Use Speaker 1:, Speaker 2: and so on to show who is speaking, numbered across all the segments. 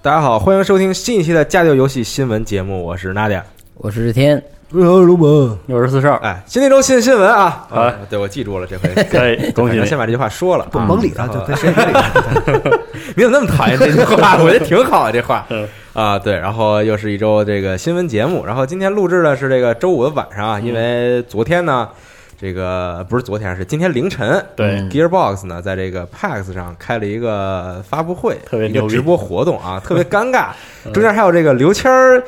Speaker 1: 大家好，欢迎收听新一期的《家教游戏新闻》节目，我是 Nadia，
Speaker 2: 我是日天，
Speaker 3: 我是卢本，
Speaker 2: 我是四少。
Speaker 1: 哎，新一周新新闻啊！
Speaker 4: 好
Speaker 1: 啊，对我记住了，这回
Speaker 4: 可以，恭喜
Speaker 1: 咱
Speaker 4: 你！
Speaker 1: 先把这句话
Speaker 4: 嗯
Speaker 1: 说了。
Speaker 3: 不
Speaker 1: 啊
Speaker 3: 甭理他，
Speaker 1: 然后
Speaker 3: 就谁理他。
Speaker 1: 你怎么那么讨厌这句 话？我觉得挺好，这话
Speaker 4: 嗯
Speaker 1: 啊，对。然后又是一周这个新闻节目，然后今天录制的是这个周五的晚上啊，因为昨天呢，这个不是昨天，是今天凌晨，
Speaker 4: 对，
Speaker 1: Gearbox 呢，在这个 PAX 上开了一个发布会，
Speaker 4: 特别
Speaker 1: 一个
Speaker 4: 牛逼嗯
Speaker 1: 直播活动啊，特别尴 尬。中间还有这个刘谦儿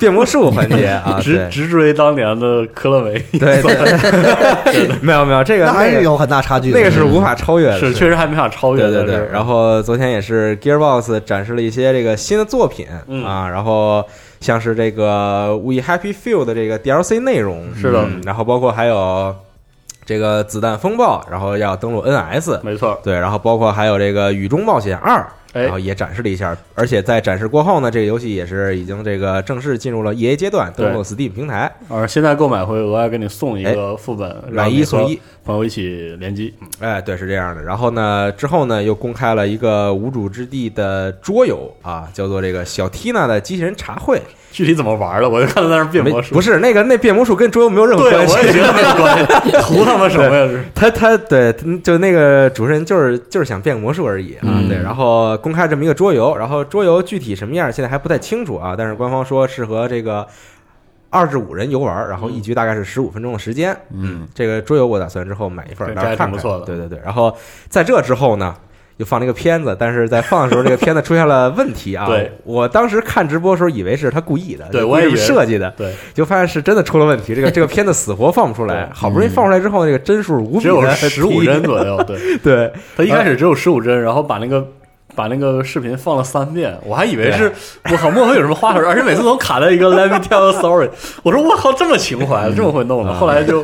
Speaker 1: 变魔术环节啊，
Speaker 4: 直
Speaker 1: 对
Speaker 4: 直追当年的科乐维，
Speaker 1: 对 对，没有没有，这个
Speaker 3: 那还
Speaker 1: 那
Speaker 3: 是
Speaker 1: 个
Speaker 3: 有很大差距的。嗯
Speaker 1: 那个是无法超越的，
Speaker 4: 是确实还没法超越
Speaker 1: 对
Speaker 4: 的。
Speaker 1: 对
Speaker 4: 是
Speaker 1: 对，然后昨天也是 Gearbox 展示了一些这个新的作品、
Speaker 4: 嗯
Speaker 1: 啊，然后像是这个 We Happy Few 的这个 DLC 内容
Speaker 4: 是的
Speaker 1: 嗯然后包括还有这个子弹风暴，然后要登陆 NS，
Speaker 4: 没错，
Speaker 1: 对，然后包括还有这个《雨中冒险二》，
Speaker 4: 哎
Speaker 1: 然后也展示了一下，而且在展示过后呢，这个游戏也是已经这个正式进入了 EA 阶段，登陆 Steam 平台，
Speaker 4: 而现在购买会额外给你送一个副本，
Speaker 1: 哎买一送一，，
Speaker 4: 朋友一起联机。 嗯
Speaker 1: 哎，对，是这样的。然后呢，之后呢，又公开了一个无主之地的桌游啊，叫做这个小缇娜的机器人茶会，
Speaker 4: 具体怎么玩的，我就看到在那儿变
Speaker 1: 没
Speaker 4: 魔术，
Speaker 1: 不
Speaker 4: 是，
Speaker 1: 是那个那变魔术跟桌游没有任何关
Speaker 4: 对，我也
Speaker 1: 系。
Speaker 4: 觉得没有 关系，图他妈什么呀？是，
Speaker 1: 他他对，嗯就那个主持人就是就是想变个魔术而已啊，
Speaker 2: 嗯
Speaker 1: 对。然后公开这么一个桌游，然后桌游具体什么样现在还不太清楚啊，但是官方说适合这个二至五人游玩，然后
Speaker 4: 嗯
Speaker 1: 一局大概是十五分钟的时间。
Speaker 2: 嗯，
Speaker 1: 这个桌游我打算之后买一份儿，
Speaker 4: 对
Speaker 1: 到时候
Speaker 4: 这还
Speaker 1: 看看。
Speaker 4: 挺不错的
Speaker 1: 对对对，然后在这之后呢，就放了一个片子，但是在放的时候，这个片子出现了问题啊。
Speaker 4: 对，
Speaker 1: 我当时看直播的时候以为是他故意的，
Speaker 4: 对
Speaker 1: 就
Speaker 4: 我也
Speaker 1: 故意
Speaker 4: 以为
Speaker 1: 设计的，
Speaker 4: 对，
Speaker 1: 就发现是真的出了问题。这个这个片子死活放不出 来，
Speaker 4: 对
Speaker 1: 好不容易放出来之后，这个帧数无比
Speaker 4: 嗯只有
Speaker 1: 的
Speaker 4: 十五
Speaker 1: 低
Speaker 4: 帧。左右。对，
Speaker 1: 对，
Speaker 4: 他一开始只有十五帧，然后把那个。把那个视频放了三遍，我还以为是我靠，莫非有什么花头？而且每次都卡在一个 “Let me tell you sorry”，我说我靠，这么情怀，这么会弄
Speaker 1: 嗯
Speaker 4: 的。后来就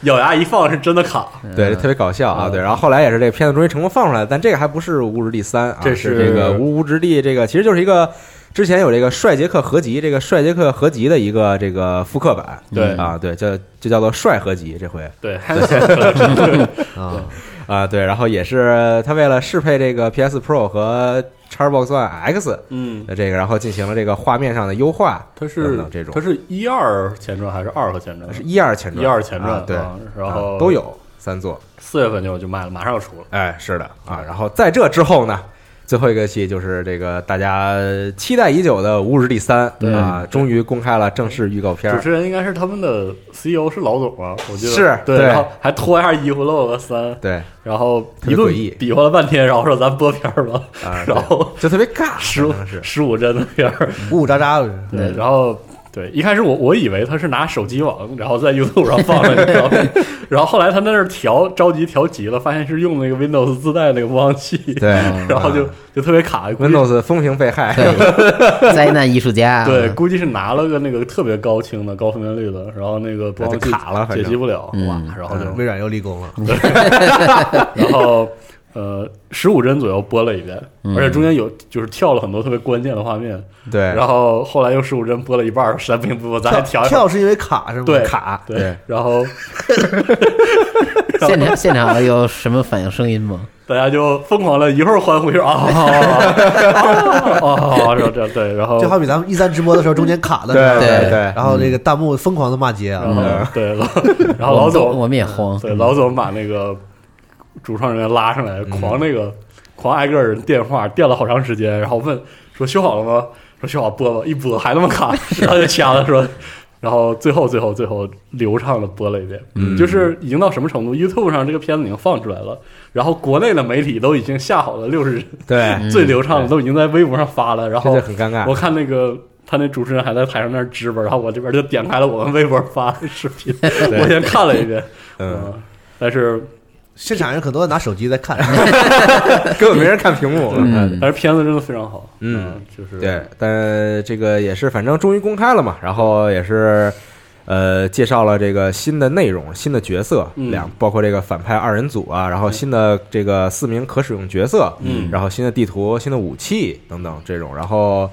Speaker 4: 咬牙一放，是真的卡。
Speaker 1: 对，特别搞笑啊！
Speaker 4: 嗯
Speaker 1: 对，然后后来也是这个片子终于成功放出来了，但这个还不是《无之地三》啊，
Speaker 4: 这
Speaker 1: 是
Speaker 4: 是
Speaker 1: 这个《无无之地》，这个其实就是一个之前有这个帅杰克合集，这个帅杰克合集的一个这个复刻版，
Speaker 4: 对
Speaker 1: 啊，对，叫就叫做帅合集这回
Speaker 4: 对，
Speaker 1: 嗯
Speaker 4: 对
Speaker 3: 啊，
Speaker 1: 啊，对，然后也是他为了适配这个 PS Pro 和 Xbox One X
Speaker 4: 嗯，
Speaker 1: 的这个，然后进行了这个画面上的优化，
Speaker 4: 它
Speaker 1: 等
Speaker 4: 是
Speaker 1: 等这种
Speaker 4: 它是一二前传还是二和前传？
Speaker 1: 是一二前传，
Speaker 4: 一二前传
Speaker 1: 啊对，
Speaker 4: 啊然后
Speaker 1: 啊都有三座，
Speaker 4: 四月份就就卖了，马上要出了。
Speaker 1: 哎，是的啊。然后在这之后呢，最后一个戏就是这个大家期待已久的《无日第三》
Speaker 2: 对
Speaker 1: 啊，终于公开了正式预告片
Speaker 4: 主
Speaker 1: 儿。
Speaker 4: 持人应该是他们的 CEO 是老总啊，我记得
Speaker 1: 是
Speaker 4: 对，
Speaker 1: 对
Speaker 4: 然后还脱一下衣服露了个三，
Speaker 1: 对
Speaker 4: 然后
Speaker 1: 特
Speaker 4: 一
Speaker 1: 别
Speaker 4: 顿
Speaker 1: 诡异
Speaker 4: 比划了半天，然后说咱播片儿吧，
Speaker 1: 啊，
Speaker 4: 然后
Speaker 1: 对就特别尬，
Speaker 4: 十五
Speaker 1: 反正是嗯
Speaker 4: 十五帧的片儿，
Speaker 3: 呜呜喳喳的。
Speaker 4: 对，然后。对，一开始我我以为他是拿手机网，然后在 YouTube 上放的，你知道吗？ 然后后来他在那儿调，着急调急了，发现是用那个 Windows 自带那个播放器，
Speaker 1: 对，
Speaker 4: 然后就
Speaker 1: 啊
Speaker 4: 就特别卡。估计
Speaker 1: Windows 风评被害，
Speaker 2: 灾难艺术家，啊
Speaker 4: 对，，估计是拿了个那个特别高清的高分辨率的，然后那个播放器
Speaker 1: 就卡了反
Speaker 4: 解
Speaker 1: 正
Speaker 4: 析不了，
Speaker 2: 嗯
Speaker 4: 哇！然后就嗯
Speaker 3: 微软又立功了，
Speaker 4: 然后呃十五帧左右播了一遍，而且中间有就是跳了很多特别关键的画面，
Speaker 1: 对，
Speaker 4: 然后后来又十五帧播了一半儿，实在不行不播，咱还调一会儿
Speaker 3: 跳是因为卡是吗？
Speaker 4: 对
Speaker 3: 卡
Speaker 4: 对
Speaker 1: 对，
Speaker 4: 然后
Speaker 2: 现场 现场有什么反应声音吗？
Speaker 4: 大家就疯狂了，一会儿欢呼一会儿啊啊啊啊啊啊，然后这样对，然后
Speaker 3: 就好比咱们一三直播的时候中间卡
Speaker 1: 对
Speaker 3: 了，你知道吗
Speaker 1: 对对
Speaker 3: 然后
Speaker 4: 嗯
Speaker 3: 这个弹幕疯狂的骂街
Speaker 4: 然
Speaker 3: 啊，
Speaker 4: 后
Speaker 1: 嗯
Speaker 4: 对，然后然后老
Speaker 2: 我们
Speaker 4: 总
Speaker 2: 都我们也慌，
Speaker 4: 对，老总把那个主创人员拉上
Speaker 1: 嗯
Speaker 4: 来，狂那个狂挨个人电话，电了好长时间，然后问说修好了吗？说修好播吧，一播还那么卡，然后就掐了说。然后最后最后最后流畅的播了一遍，
Speaker 1: 嗯
Speaker 4: 就是已经到什么程度？YouTube 上这个片子已经放出来了，然后国内的媒体都已经下好了六十
Speaker 1: 哎对，
Speaker 4: 最流畅的，都已经在微博上发了。然
Speaker 1: 真
Speaker 4: 后
Speaker 1: 的很尴尬
Speaker 4: 嗯我。看那个他那主持人还在台上那儿直播，然后我这边就点开了我们微博发的视频，我先看了一遍，
Speaker 1: 嗯，，
Speaker 4: 啊但是
Speaker 3: 现场人很多拿手机 在看，
Speaker 1: 根本没人看屏 幕。
Speaker 2: 嗯
Speaker 4: 但是片子真的非常好，
Speaker 1: 嗯，
Speaker 4: 就是
Speaker 1: 对，但这个也是，反正终于公开了嘛，然后也是，呃，介绍了这个新的内容、新的角色
Speaker 4: 嗯
Speaker 1: 两，包括这个反派二人组啊，然后新的这个四名可使用角色，
Speaker 4: 嗯
Speaker 1: 然后新的地图、新的武器等等这种，然后。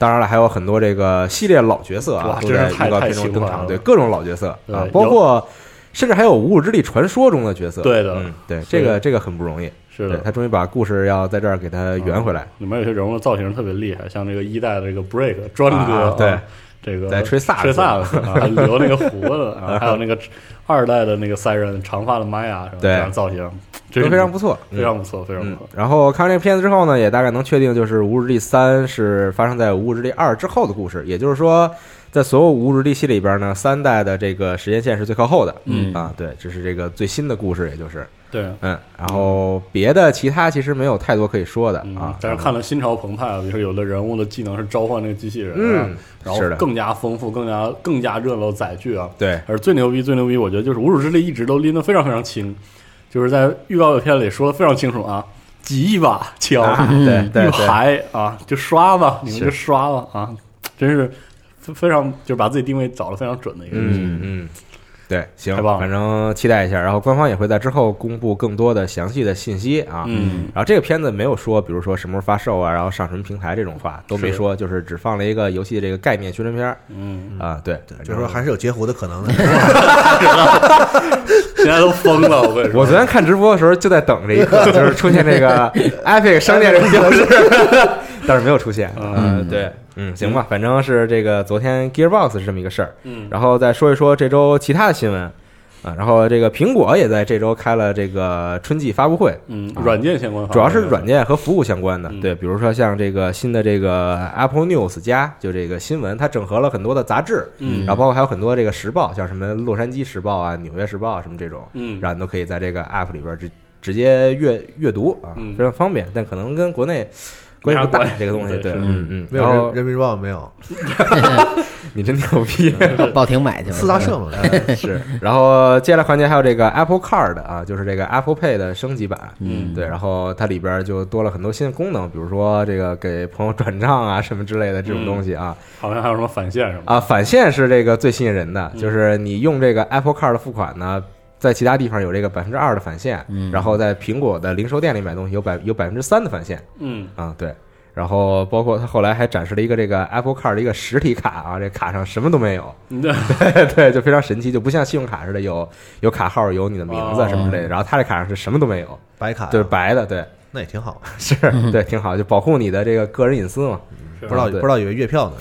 Speaker 1: 当然了，还有很多这个系列老角色啊
Speaker 4: 哇，
Speaker 1: 都
Speaker 4: 真
Speaker 1: 在
Speaker 4: 是太
Speaker 1: 预告片
Speaker 4: 太
Speaker 1: 中
Speaker 4: 喜
Speaker 1: 登
Speaker 4: 欢
Speaker 1: 场，
Speaker 4: 了
Speaker 1: 对各种老角色
Speaker 4: 对
Speaker 1: 啊
Speaker 4: 有，
Speaker 1: 包括甚至还有《无主之地传说》中的角色，
Speaker 4: 对的
Speaker 1: 嗯，对，这个这个很不容易，
Speaker 4: 是
Speaker 1: 对
Speaker 4: 的，啊
Speaker 1: 他终于把故事要在这儿给他圆回来，
Speaker 4: 里面有些人物造型特别厉害，像这个一代的这个 Break 庄哥
Speaker 1: 啊，对
Speaker 4: 啊，这个
Speaker 1: 在吹萨克斯
Speaker 4: 吹萨克斯啊，还留那个胡子 啊，还有那个二代的那个赛人长发的玛雅什么
Speaker 1: 对
Speaker 4: 这样造型，真
Speaker 1: 都
Speaker 4: 是
Speaker 1: 非常不错，嗯
Speaker 4: 非常不错，非常
Speaker 1: 嗯
Speaker 4: 不错，，
Speaker 1: 然后看完这个片子之后呢，也大概能确定，就是《无日之地三》是发生在《无日之地二》之后的故事。也就是说，在所有《无日之地》系列里边呢，三代的这个时间线是最靠后的。
Speaker 4: 嗯
Speaker 1: 啊，对，这是这个最新的故事，也就是
Speaker 4: 对。
Speaker 1: 嗯，然后别的其他其实没有太多可以说的
Speaker 4: 嗯
Speaker 1: 啊，。
Speaker 4: 但是看了心潮澎湃，啊比如说有的人物的技能是召唤那个机器人啊，
Speaker 1: 嗯
Speaker 4: 然
Speaker 1: 是的
Speaker 4: 后更加丰富、更加更加热闹载具啊，
Speaker 1: 对，
Speaker 4: 而最牛逼、最牛逼，我觉得就是《无主之地》一直都拎得非常非常轻，就是在预告片里说的非常清楚啊，几亿把枪、
Speaker 1: 啊对对对
Speaker 4: 御牌啊，就刷吧，你们
Speaker 1: 是
Speaker 4: 就刷吧啊，真是非非常就是把自己定位找的非常准的一个东西。
Speaker 1: 嗯嗯，对，行
Speaker 4: 太棒，了
Speaker 1: 反正期待一下。然后官方也会在之后公布更多的详细的信息啊。
Speaker 4: 嗯
Speaker 1: 然后这个片子没有说，比如说什么时候发售啊，然后上什么平台这种话都没
Speaker 4: 是
Speaker 1: 说，就是只放了一个游戏的这个概念宣传片儿
Speaker 4: 嗯，
Speaker 1: 啊。对，对
Speaker 3: 就是说还是有截胡的可能的。
Speaker 4: 现在都疯了，我跟你说，
Speaker 1: 我昨天看直播的时候就在等这一 刻，就是出现这个 Epic 商店这个标志，但是没有出现。
Speaker 4: 嗯，对，
Speaker 1: 嗯，行吧，反正是这个昨天 Gearbox 是这么一个事儿，
Speaker 4: 嗯，
Speaker 1: 然后再说一说这周其他的新闻啊。然后这个苹果也在这周开了这个春季发布会，
Speaker 4: 嗯，软件相关方面
Speaker 1: 主要是软件和服务相关的，
Speaker 4: 嗯
Speaker 1: 对，比如说像这个新的这个 Apple News 加，就这个新闻，它整合了很多的杂志，
Speaker 4: 嗯
Speaker 1: 然后包括还有很多这个时报，像什么洛杉矶时报啊、纽约时报啊什么这种，
Speaker 4: 嗯
Speaker 1: 然后你都可以在这个 App 里边直直接阅阅读啊，
Speaker 4: 嗯
Speaker 1: 非常方便，但可能跟国内。关系不大
Speaker 4: 没啥关，系
Speaker 1: 这个东西，
Speaker 4: 对
Speaker 1: 对，
Speaker 4: 是
Speaker 1: 嗯嗯，
Speaker 3: 没
Speaker 1: 然
Speaker 3: 有
Speaker 1: 后
Speaker 3: 人人民日报没有
Speaker 1: 你真牛逼，
Speaker 2: 报亭买去了。
Speaker 3: 四大社嘛？
Speaker 1: 是。然后接下来环节还有这个 Apple Card 啊，就是这个 Apple Pay 的升级版，
Speaker 4: 嗯，
Speaker 1: 对，然后它里边儿就多了很多新的功能，比如说这个给朋友转账啊什么之类的这种东西啊、
Speaker 4: 好像还有什么返现什么的，
Speaker 1: 啊，返现是这个最吸引人的，就是你用这个 Apple Card 付款呢，在其他地方有这个百分之二的返现，
Speaker 2: 嗯
Speaker 1: 然后在苹果的零售店里买东西有百有百分之三的返现
Speaker 4: 嗯
Speaker 1: 啊，对。然后包括它后来还展示了一个这个 Apple Card 的一个实体卡啊，这卡上什么都没有，
Speaker 4: 嗯，对，
Speaker 1: 对 对，就非常神奇，就不像信用卡似的有有卡号、有你的名字什么之类的。然后它这卡上是什么都没有，
Speaker 3: 白卡
Speaker 1: 就是白的，对。
Speaker 3: 那也挺好，
Speaker 1: 是 对，挺好，就保护你的这个个人隐私嘛。
Speaker 4: 是
Speaker 3: 不知道
Speaker 1: 啊对
Speaker 3: 不知道以为月票呢。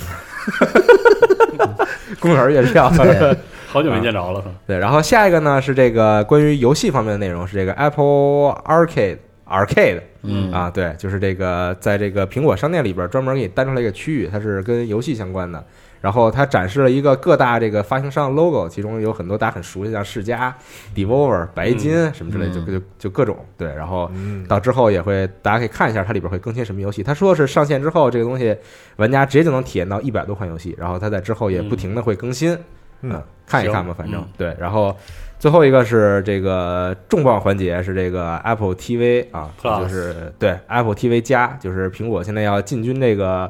Speaker 1: 公园月票。
Speaker 2: 对
Speaker 4: 好
Speaker 1: 啊
Speaker 4: 久没见着了，
Speaker 1: 对，然后下一个呢是这个关于游戏方面的内容，是这个 Apple Arcade Arcade。
Speaker 2: 嗯
Speaker 1: 啊，对，就是这个，在这个苹果商店里边专门给你单出来一个区域，它是跟游戏相关的。然后它展示了一个各大这个发行商 logo，其中有很多大家很熟悉的，像世嘉、Devolver、白金什么之类，就就就各种对。然后到之后也会，大家可以看一下它里边会更新什么游戏。他说是上线之后，这个东西玩家直接就能体验到一百多款游戏，然后它在之后也不停的会更新，
Speaker 3: 嗯
Speaker 1: 嗯，看一看吧
Speaker 4: 行，
Speaker 1: 反正
Speaker 4: 嗯
Speaker 1: 对。然后最后一个是这个重磅环节是这个 Apple TV 啊，
Speaker 4: Plus
Speaker 1: 就是对 Apple TV 加，就是苹果现在要进军这个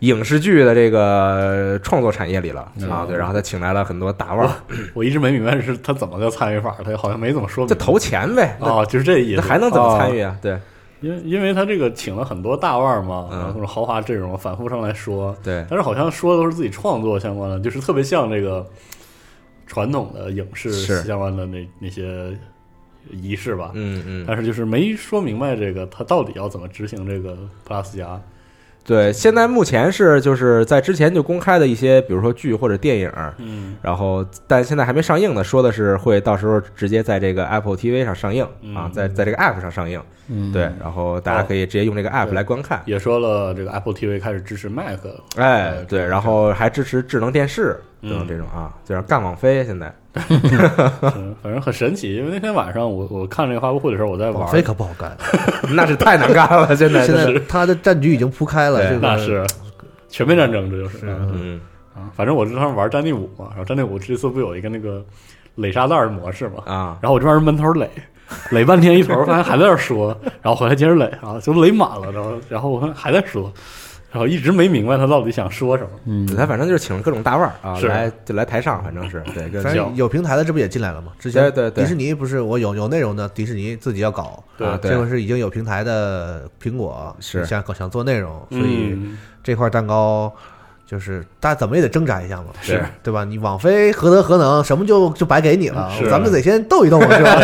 Speaker 1: 影视剧的这个创作产业里了
Speaker 4: 嗯
Speaker 1: 啊。对，然后他请来了很多大腕儿，
Speaker 4: 我一直没明白是他怎么个参与法，他好像没怎么说明
Speaker 1: 就投钱呗，那
Speaker 4: 啊，就是这哦意
Speaker 1: 那
Speaker 4: 思，
Speaker 1: 还能怎么参
Speaker 4: 与？
Speaker 1: 与啊？对
Speaker 4: 因因为他这个请了很多大腕儿嘛，
Speaker 1: 嗯
Speaker 4: 然后那种豪华阵容反复上来说，
Speaker 1: 对，
Speaker 4: 但是好像说的都是自己创作相关的，就是特别像这个传统的影视
Speaker 1: 是
Speaker 4: 相关的那那些仪式吧。
Speaker 1: 嗯嗯，
Speaker 4: 但是就是没说明白这个他到底要怎么执行这个 Plus 加，
Speaker 1: 对。现在目前是就是在之前就公开的一些，比如说剧或者电影，
Speaker 4: 嗯
Speaker 1: 然后，但现在还没上映呢，说的是会到时候直接在这个 Apple TV 上上映、
Speaker 4: 嗯
Speaker 1: 啊，在在这个 App 上上映。
Speaker 2: 嗯
Speaker 1: 对，然后大家可以直接用这个 App
Speaker 4: 对
Speaker 1: 来观看。
Speaker 4: 也说了这个 Apple TV 开始支持 Mac，
Speaker 1: 哎，
Speaker 4: 这
Speaker 1: 对，
Speaker 4: 个
Speaker 1: 然后还支持智能电视这种
Speaker 4: 嗯
Speaker 1: 这种啊，就是干网飞现在
Speaker 4: 嗯反正很神奇，因为那天晚上我我看这个发布会的时候，我在玩
Speaker 3: 网，飞可不好干，
Speaker 1: 那是太难干了，现在
Speaker 3: 现在
Speaker 1: 是
Speaker 3: 他的战局已经铺开了，
Speaker 1: 对
Speaker 3: 这个
Speaker 4: 那是全面战争，这就是。
Speaker 3: 是
Speaker 4: 嗯
Speaker 1: 嗯
Speaker 4: 啊，反正我这趟玩战地五嘛，然后战地五这次不有一个那个垒沙袋儿模式嘛，
Speaker 1: 啊，
Speaker 4: 然后我这玩意儿闷头垒，垒半天一头，发现还在那儿说，然后回来接着垒啊，就垒满了，然后然后我看还在说，然后一直没明白他到底想说什么。
Speaker 2: 嗯，
Speaker 1: 他反正就是请了各种大腕儿啊，
Speaker 4: 是
Speaker 1: 来就来台上，反正是对，跟
Speaker 3: 反正有平台的，这不也进来了吗？之
Speaker 1: 对
Speaker 3: 前
Speaker 1: 对对
Speaker 3: 迪士尼不是我有有内容的，迪士尼自己要搞，
Speaker 4: 对
Speaker 1: 啊
Speaker 3: 这
Speaker 1: 对
Speaker 3: 个是已经有平台的苹果
Speaker 1: 是
Speaker 3: 想搞想做内容，所以
Speaker 4: 嗯
Speaker 3: 这块蛋糕就是大家怎么也得挣扎一下嘛，
Speaker 4: 是
Speaker 3: 对吧？你网飞何德何能，什么就就白给你了
Speaker 4: 是，
Speaker 3: 咱们得先斗一斗嘛，是 吧？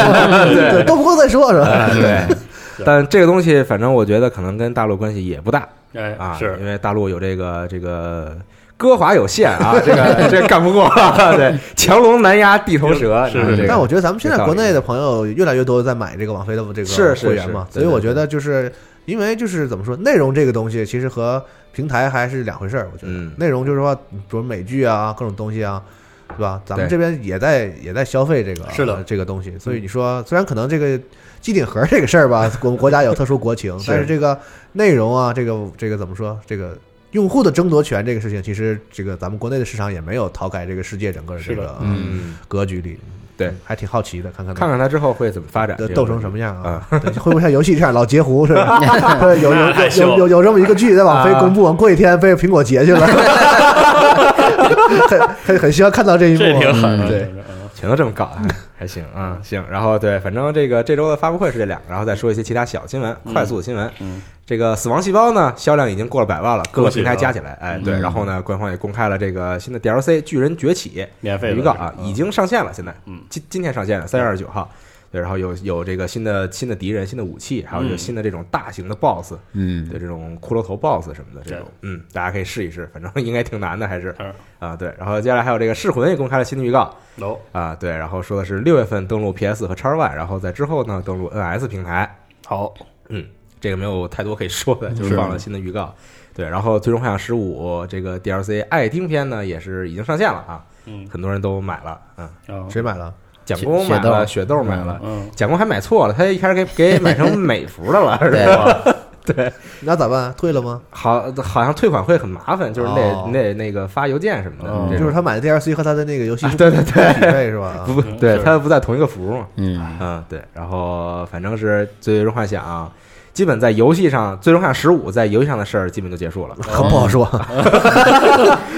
Speaker 3: 对，斗不过再说，是吧？
Speaker 1: 哎对。但这个东西，反正我觉得可能跟大陆关系也不大
Speaker 4: 哎
Speaker 1: 啊，因
Speaker 4: 是
Speaker 1: 为大陆有这个这个歌华有限啊，这 个这个干不过， 对，强龙难压地头蛇，
Speaker 4: 是
Speaker 1: 你知道这个
Speaker 3: 但我觉得咱们现在国内的朋友越来越多在买这个网飞的这
Speaker 1: 是
Speaker 3: 个
Speaker 1: 是
Speaker 3: 会员嘛，
Speaker 1: 是
Speaker 3: 所以我觉得就是因为就是怎么说，内容这个东西其实和平台还是两回事儿。我觉得
Speaker 1: 嗯
Speaker 3: 内容就是说，比如美剧啊，各种东西啊，对吧？咱们
Speaker 1: 对
Speaker 3: 这边也在也在消费这个
Speaker 4: 是的
Speaker 3: 呃这个东西，所以你说虽然可能这个机顶盒这个事儿吧，我们国家有特殊国情，
Speaker 1: 是
Speaker 3: 但是这个内容啊，这个这个怎么说这个。用户的争夺权这个事情，其实这个咱们国内的市场也没有逃开这个世界整个的这
Speaker 4: 是的
Speaker 3: 个
Speaker 1: 嗯，
Speaker 3: 格局里，
Speaker 1: 对，
Speaker 3: 还挺好奇的，看看
Speaker 1: 看看它之后会怎么发展，这
Speaker 3: 呃
Speaker 1: 个
Speaker 3: 斗成什么样
Speaker 1: 啊
Speaker 3: 啊？对会不会像游戏这样老截胡是吧？ 有有
Speaker 4: 那太
Speaker 3: 有
Speaker 4: 秀了
Speaker 3: 有有有这么一个剧在
Speaker 1: 啊
Speaker 3: 网飞公布完，过几天被苹果截去了， 很很很希望看到这一幕啊
Speaker 4: 这挺狠的，
Speaker 2: 嗯
Speaker 3: 对
Speaker 4: 这个
Speaker 1: 全都这么搞，还还行啊，行。然后对，反正这个这周的发布会是这两个，然后再说一些其他小新闻、快速新闻。
Speaker 4: 嗯，
Speaker 1: 这个《死亡细胞》呢，销量已经过了百万了，各个平台加起来，哎，对。
Speaker 2: 嗯
Speaker 1: 然后呢，官方也公开了这个新的 DLC《巨人崛起
Speaker 4: 免》费的
Speaker 1: 预告啊，已经上线了，现在
Speaker 4: 嗯
Speaker 1: 今今天上线了，三月二十九号。对，然后有有这个新的新的敌人、新的武器，还有就
Speaker 4: 嗯
Speaker 1: 新的这种大型的 BOSS，
Speaker 2: 嗯
Speaker 1: 对这种骷髅头 BOSS 什么的这种，嗯，大家可以试一试，反正应该挺难的，还是
Speaker 4: 是
Speaker 1: 啊，对。然后接下来还有这个《噬魂》也公开了新的预告，
Speaker 4: 楼
Speaker 1: 啊，对，然后说的是六月份登陆 PS 和 X Y，然后在之后呢登陆 NS 平台。
Speaker 4: 好
Speaker 1: 嗯，这个没有太多可以说的，就是放了新的预告。对，然后《最终幻想十五》这个 DLC 爱丁篇呢也是已经上线了啊，
Speaker 4: 嗯
Speaker 1: 很多人都买了啊，
Speaker 4: 啊
Speaker 3: 谁买了？
Speaker 1: 蒋工买了，雪豆买了，
Speaker 4: 嗯
Speaker 1: 蒋工还买错了，他一开始给给买成美服的了，是吧？
Speaker 3: 那咋办？退了吗？
Speaker 1: 好，好像退款会很麻烦，就是你得、
Speaker 3: 哦
Speaker 1: 你得那个发邮件什么的，
Speaker 4: 哦
Speaker 1: 这
Speaker 3: 就
Speaker 1: 种
Speaker 3: 是他买的 DLC 和他的那个游
Speaker 1: 嗯
Speaker 3: 戏
Speaker 1: 啊对对对
Speaker 3: 匹配是吧？
Speaker 1: 不
Speaker 4: 嗯
Speaker 1: 对，
Speaker 4: 是
Speaker 1: 他不在同一个服嘛。
Speaker 2: 嗯，
Speaker 1: 嗯，对，然后反正是《最终幻想》基本在游戏上，《最终幻想十五》在游戏上的事儿基本就结束了。
Speaker 3: 很不好说，
Speaker 1: 嗯
Speaker 2: 嗯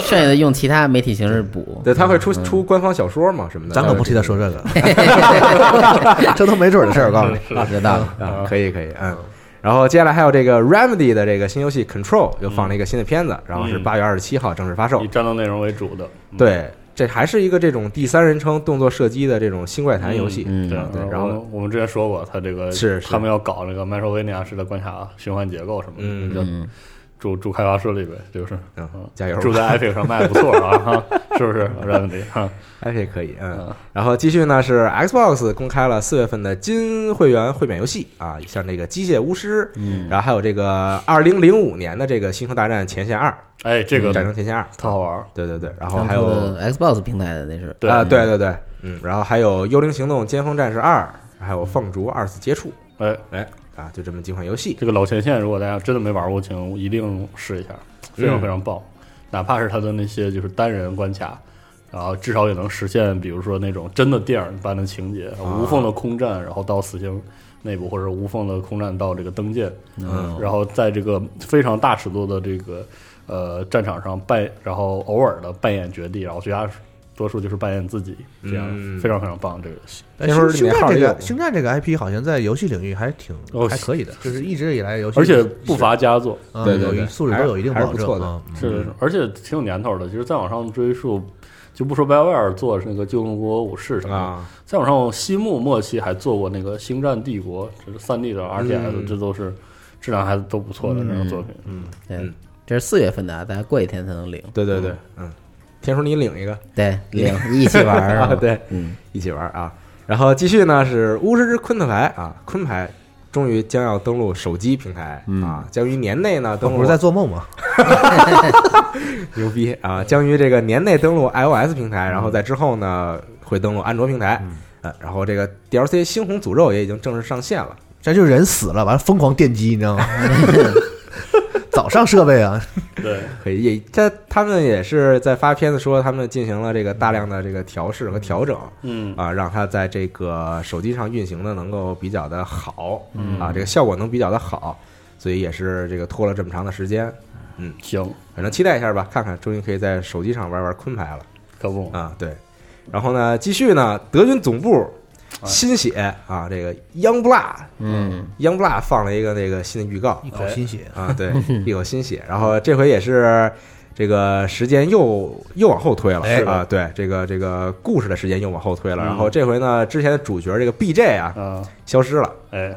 Speaker 2: 剩下的用其他媒体形式补。
Speaker 1: 对，他会出出官方小说嘛什么的，
Speaker 3: 咱可不替他说这个， 这都没准儿的事儿。我告诉
Speaker 1: 嗯
Speaker 3: 你，
Speaker 2: 啊，知道了，
Speaker 1: 啊，可以可以，嗯。然后接下来还有这个 Remedy 的这个新游戏 Control 又放了一个新的片子，然后是
Speaker 4: 嗯
Speaker 1: 八月二十七号正式发售
Speaker 4: 以。战斗内容为主的，嗯
Speaker 1: 对，这还是一个这种第三人称动作射击的这种新怪谈游戏。
Speaker 2: 嗯
Speaker 4: 对
Speaker 1: 啊对，然
Speaker 4: 然
Speaker 1: 后
Speaker 4: 后我们之前说过，他这个
Speaker 1: 是是
Speaker 4: 他们要搞那个麦索维尼亚式的关卡循环结构什么的，
Speaker 1: 嗯
Speaker 4: 就
Speaker 2: 嗯，
Speaker 4: 主主开发顺利呗，就是
Speaker 1: 嗯
Speaker 4: 嗯
Speaker 1: 加油吧
Speaker 4: 住在 Epic 上卖不错啊，哈，是不是 Remedy 哈？
Speaker 1: ，Epic 可以，嗯
Speaker 4: 嗯。
Speaker 1: 然后继续呢是 Xbox 公开了四月份的金会员会免游戏啊，像这个《机械巫师》，嗯，然后还有这个二零零五年的这个《星球大战前线二》，
Speaker 4: 哎，这个
Speaker 1: 战争前线二，
Speaker 4: 特好玩儿，
Speaker 1: 对对对，然后
Speaker 2: 当
Speaker 1: 还
Speaker 2: 初
Speaker 1: 有
Speaker 2: 的 Xbox 平台的那是，
Speaker 4: 对
Speaker 1: 啊，对对对，嗯，然后还有《幽灵行动：尖峰战士二》，还有《放逐二次接触
Speaker 4: 哎，》，
Speaker 1: 哎，啊，就这么几款游戏，
Speaker 4: 这个老前线，如果大家真的没玩过，请一定试一下，非常非常棒，哪怕是它的那些就是单人关卡。然后至少也能实现，比如说那种真的电影般的情节，无缝的空战，然后到死星内部，或者无缝的空战到这个登舰，
Speaker 2: 嗯，
Speaker 4: 然后在这个非常大尺度的这个呃战场上扮，然后偶尔的扮演绝地，然后绝大多数就是扮演自己，这样、
Speaker 1: 嗯
Speaker 4: 非常非常棒。这个游戏
Speaker 3: 哎
Speaker 1: 那时候
Speaker 3: 星
Speaker 1: 里面
Speaker 3: 星
Speaker 1: 号
Speaker 3: 战
Speaker 1: 儿
Speaker 3: 这
Speaker 1: 也有
Speaker 3: 个星战这个 IP 好像在游戏领域还挺
Speaker 4: 哦
Speaker 3: 还可以的，就是一直以来游戏，
Speaker 4: 而且不乏佳作，
Speaker 3: 嗯
Speaker 1: 对对
Speaker 3: 有一
Speaker 1: 对
Speaker 3: 素质都有一定
Speaker 1: 还是
Speaker 3: 保
Speaker 1: 还是不错
Speaker 3: 证
Speaker 1: 的
Speaker 3: 啊。嗯
Speaker 4: 是的，是的而且挺有年头的。其实再往上追溯，就不说 BioWare 做那个《旧中国武士》什么的，
Speaker 1: 啊，
Speaker 4: 再往上西木末期还做过那个《星战帝国》，这是三 D 的 RTS，、
Speaker 1: 嗯
Speaker 4: 这都是质量还都不错的这种作品。
Speaker 2: 对，这是四月份的啊，大家过几天才能领。
Speaker 1: 对对对，嗯，天叔你领一个
Speaker 2: 对，领一起玩 儿
Speaker 1: 啊，，对，
Speaker 2: 嗯，
Speaker 1: 一起玩啊。然后继续呢是《巫师之昆特牌》啊，昆牌。终于将要登陆手机平台、
Speaker 4: 嗯
Speaker 1: 啊，将于年内呢
Speaker 3: 我
Speaker 1: 登
Speaker 3: 哦不
Speaker 1: 陆
Speaker 3: 是在做梦吗？
Speaker 1: 牛逼啊！将于这个年内登陆 iOS 平台，然后在之后呢会登陆安卓平台。
Speaker 4: 嗯
Speaker 1: 呃，然后这个 DLC《猩红诅咒》也已经正式上线了。
Speaker 3: 这就是人死了，完了疯狂电击，你 知道吗？早上设备啊，
Speaker 4: 对，
Speaker 1: 可以，也他他们也是在发片子说，他们进行了这个大量的这个调试和调整
Speaker 4: 嗯
Speaker 1: 啊，让它在这个手机上运行的能够比较的好啊，这个效果能比较的好，所以也是这个拖了这么长的时间，
Speaker 4: 行，
Speaker 1: 反正期待一下吧，看看终于可以在手机上玩玩昆牌了
Speaker 4: 可不，
Speaker 1: 啊，对，然后呢，继续呢，德军总部
Speaker 4: 哎
Speaker 1: 新血啊，这个 Youngblood
Speaker 2: 嗯，
Speaker 1: Youngblood 放了一个那个新的预告，
Speaker 4: 哎
Speaker 3: 一口新血，
Speaker 1: 啊， 对，一口新血。然后这回也是这个时间又又往后推了、
Speaker 4: 哎
Speaker 1: 啊，对，这个这个故事的时间又往后推了。
Speaker 4: 嗯
Speaker 1: 然后这回呢，之前的主角这个 BJ 啊
Speaker 4: 啊，
Speaker 1: 消失了，
Speaker 4: 哎，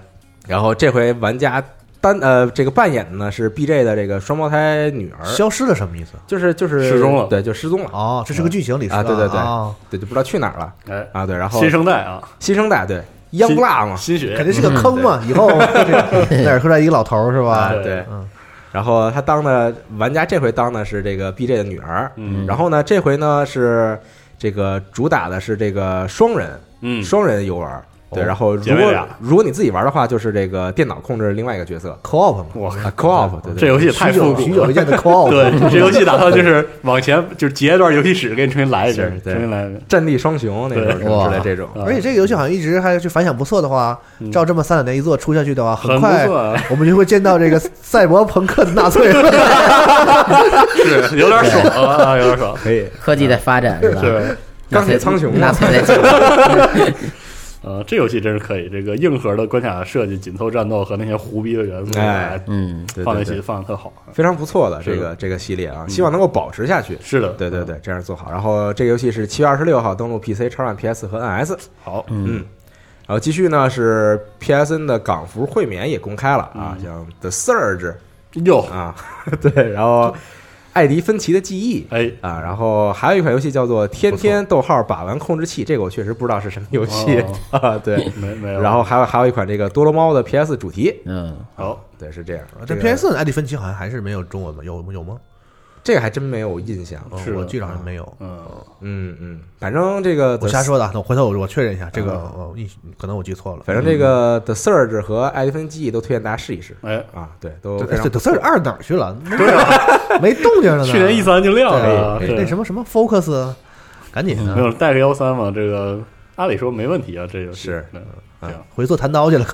Speaker 1: 然后这回玩家单呃这个扮演的呢是 BJ 的这个双胞胎女儿，
Speaker 3: 消失了什么意思？
Speaker 1: 就是就是
Speaker 4: 失踪了
Speaker 1: 对，就失踪了，
Speaker 3: 哦，这是
Speaker 4: 嗯
Speaker 3: 个剧情里说
Speaker 1: 啊
Speaker 3: 的
Speaker 1: 对对对
Speaker 3: 哦
Speaker 1: 对，就不知道去哪儿了
Speaker 4: 哎，
Speaker 1: 啊，对，然后啊
Speaker 4: 新生代啊，
Speaker 1: 新生代对。央不辣嘛，
Speaker 4: 新
Speaker 3: 肯
Speaker 4: 血，
Speaker 3: 定是个坑嘛。以后那哪儿出来一个老头儿是
Speaker 1: 啊
Speaker 3: 吧？
Speaker 4: 对
Speaker 1: 对，
Speaker 3: 嗯，
Speaker 1: 然后他当的玩家这回当的是这个 BJ 的女儿，
Speaker 4: 嗯
Speaker 1: 然后呢，这回呢是这个主打的是这个双人，
Speaker 4: 嗯，
Speaker 1: 双人游玩。对，
Speaker 4: 哦
Speaker 1: 然后
Speaker 4: 姐
Speaker 1: 如
Speaker 4: 妹
Speaker 1: 果
Speaker 4: 俩
Speaker 1: 如果你自己玩的话，就是这个电脑控制另外一个角色
Speaker 3: 扣 op 嘛，
Speaker 4: 我
Speaker 1: 啊，co-op，对对，
Speaker 4: 这游戏也太
Speaker 3: 许
Speaker 4: 复
Speaker 3: 久
Speaker 4: 古
Speaker 3: 许久
Speaker 4: 了
Speaker 3: 未。见的扣 op，
Speaker 4: 对， 这游戏打算就是往前，就是截一段游戏史，给你重新来一遍
Speaker 1: 是，对
Speaker 4: 重新来一遍。
Speaker 1: 战地双雄那种
Speaker 4: 对
Speaker 1: 什么之类
Speaker 2: 哇
Speaker 1: 这种，
Speaker 4: 啊
Speaker 3: 而且这个游戏好像一直还就反响不错的话
Speaker 4: 嗯，
Speaker 3: 照这么三两年一做出下去的话，
Speaker 4: 很
Speaker 3: 很
Speaker 4: 不
Speaker 3: 快
Speaker 4: 错啊，
Speaker 3: 我们就会见到这个赛博朋克的 纳粹 了。
Speaker 4: 是有点爽啊，有 点爽。
Speaker 1: 可以。
Speaker 2: 科技在发展是吧？
Speaker 4: 是，
Speaker 1: 钢铁苍穹
Speaker 2: 纳
Speaker 1: 嘛，
Speaker 2: 粹在进 步，
Speaker 4: 呃，这游戏真是可以，这个硬核的关卡设计、紧凑战斗和那些胡逼的元素，
Speaker 1: 哎，
Speaker 2: 嗯，
Speaker 1: 对
Speaker 4: 放在
Speaker 1: 对
Speaker 4: 一起
Speaker 1: 对，
Speaker 4: 放的特好。啊
Speaker 1: 非常不错的
Speaker 4: 是的嗯
Speaker 1: 这个这个系列啊，希望能够保持下去。
Speaker 4: 是的，
Speaker 1: 对对对，这样做好。然后这个游戏是七月二十六号登陆 PC、超版 PS 和 NS。
Speaker 4: 好，
Speaker 1: 嗯，然后继续呢是 PSN 的港服会免也公开了啊，
Speaker 4: 嗯
Speaker 1: 像 The Surge
Speaker 4: 哟，
Speaker 1: 啊， 对，然后艾迪芬奇的记忆。
Speaker 4: 哎，
Speaker 1: 啊，然后还有一款游戏叫做《天天逗号把玩控制器》，这个我确实不知道是什么游戏、
Speaker 3: 哦
Speaker 1: 啊。 对，
Speaker 4: 没
Speaker 3: 哎
Speaker 4: 没有，
Speaker 1: 然后还有还有一款这个多罗猫的 PS 主题，
Speaker 2: 嗯，
Speaker 4: 好，
Speaker 1: 对，是这样。
Speaker 3: 哦这
Speaker 1: 这
Speaker 3: PS 艾迪芬奇好像还是没有中文吧？有有吗？
Speaker 1: 这个还真没有印象。
Speaker 3: 嗯
Speaker 4: 是的
Speaker 3: 我记得好像没有。
Speaker 4: 嗯，
Speaker 1: 嗯嗯，反正这个
Speaker 3: 我瞎，说的啊，等我回头我我确认一下，这个我印可能我记错了。嗯
Speaker 1: 反正这个 The Surge 和艾迪芬记忆都推荐大家试一试
Speaker 4: 哎，
Speaker 1: 啊。对，都非
Speaker 3: 这
Speaker 1: 常
Speaker 3: 这
Speaker 1: 不
Speaker 3: 这
Speaker 1: 错
Speaker 3: 事儿二哪儿去了？没
Speaker 4: 对啊，
Speaker 3: 没动静了呢。
Speaker 4: 去年 E 三就亮了啊，
Speaker 1: 可以可以
Speaker 4: 对
Speaker 3: 那什么什么 Focus，赶紧
Speaker 1: 嗯
Speaker 3: 啊
Speaker 4: 没
Speaker 3: 的，
Speaker 4: 有带个幺三嘛，这个按理说没问题啊，这游戏
Speaker 1: 是
Speaker 4: 嗯
Speaker 3: 回去做弹刀去了，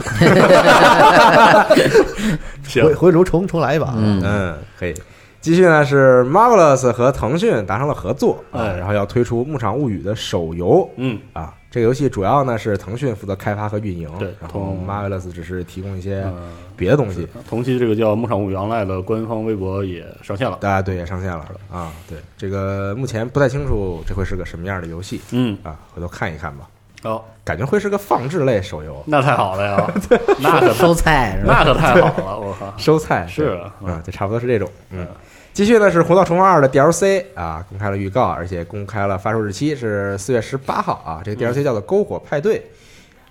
Speaker 4: 行
Speaker 3: 回，回炉重重来一把。啊
Speaker 2: 嗯
Speaker 1: 嗯，可以。继续呢是 Marvelous 和腾讯达成了合作啊，
Speaker 4: 哎
Speaker 1: 然后要推出《牧场物语》的手游
Speaker 4: 嗯，
Speaker 1: 啊。这个游戏主要呢是腾讯负责开发和运营
Speaker 4: 对，
Speaker 1: 然后
Speaker 4: 同
Speaker 1: Marvelous 只是提供一些
Speaker 4: 嗯
Speaker 1: 别的东西。
Speaker 4: 同期这个叫《牧场物语 Online》的官方微博也上线了，
Speaker 1: 大家对也上线了啊，对这个目前不太清楚这会是个什么样的游戏
Speaker 4: 嗯，
Speaker 1: 啊，回头看一看吧。
Speaker 4: 好，
Speaker 1: 感觉会是个放置类手游，
Speaker 4: 那太好 了呀，那可
Speaker 2: 收菜是吧？
Speaker 4: 那可太好了，我靠，
Speaker 1: 收菜
Speaker 4: 是
Speaker 1: 对
Speaker 4: 啊
Speaker 1: 啊，就差不多是这种。嗯
Speaker 4: 嗯，
Speaker 1: 继续呢是《活到重放二》的 DLC 啊，公开了预告，而且公开了发售日期是四月十八号啊。这个 DLC
Speaker 4: 嗯
Speaker 1: 叫做《篝火派对》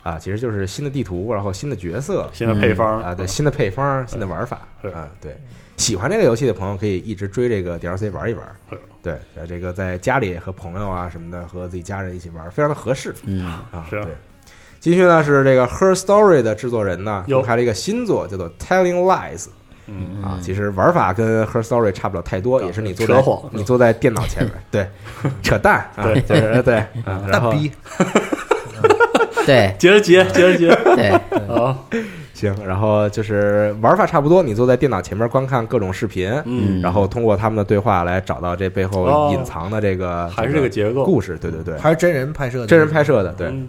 Speaker 1: 啊，其实就是新的地图，然后新的角色
Speaker 4: 新的配方
Speaker 1: 啊，对，，新的配方、新的玩法
Speaker 4: 是
Speaker 1: 啊，对。喜欢这个游戏的朋友可以一直追这个 DLC 玩一玩
Speaker 4: 是，
Speaker 1: 对，在这个在家里和朋友啊什么的，和自己家人一起玩，非常的合适
Speaker 2: 嗯，
Speaker 1: 啊。
Speaker 4: 是
Speaker 1: 对。继续呢是这个《Her Story》的制作人呢
Speaker 4: 哟
Speaker 1: 公开了一个新作，叫做《Telling Lies》。
Speaker 4: 嗯，
Speaker 1: 啊，其实玩法跟 Her Story 差不了太多，
Speaker 4: 啊
Speaker 1: 也是你坐
Speaker 4: 扯
Speaker 1: 在
Speaker 4: 谎
Speaker 1: 你坐在电脑 前面，对，扯淡，啊
Speaker 4: 对
Speaker 1: 对对，啊然
Speaker 3: 大
Speaker 1: 后
Speaker 3: 逼，
Speaker 2: 对
Speaker 4: 嗯接着接，接着接，
Speaker 2: 对，
Speaker 4: 好，
Speaker 1: 行，然后就是玩法差不多，你坐在电脑前面观看各种视频，
Speaker 4: 嗯，
Speaker 1: 然后通过他们的对话来找到这背后
Speaker 4: 哦
Speaker 1: 隐藏的这个
Speaker 4: 还是这个结构
Speaker 1: 故事，对对对，
Speaker 3: 还是真人拍摄的，
Speaker 1: 真人拍摄的，对，
Speaker 4: 嗯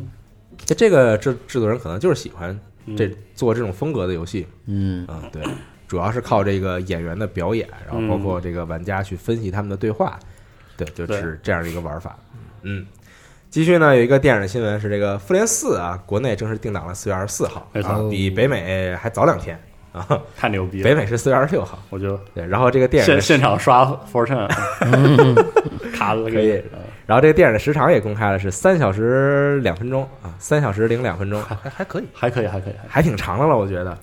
Speaker 1: 这这个制制作人可能就是喜欢这
Speaker 4: 嗯
Speaker 1: 做这种风格的游戏，
Speaker 2: 嗯
Speaker 1: 嗯， 对，主要是靠这个演员的表演，然后包括这个玩家去分析他们的对话，对，就
Speaker 4: 嗯对
Speaker 1: 是这样一个玩法。嗯，继续呢，有一个电影的新闻是这个《复联四》啊，国内正式定档了四月二十四号
Speaker 4: 没，错哦
Speaker 1: 啊，比北美还早两天啊，
Speaker 4: 太牛逼
Speaker 1: 北
Speaker 4: 了，
Speaker 1: 美是四月二十六号。
Speaker 4: 我就
Speaker 1: 对，然后这个电影是
Speaker 4: 现现场刷 Fortune，卡了
Speaker 1: 可以
Speaker 4: 嗯
Speaker 1: 然后这个电影的时长也公开了，是三小时两分钟啊，三小时零两分钟，还还可以，
Speaker 4: 还可以，还可以，还可以
Speaker 1: 还挺长的了，我觉得。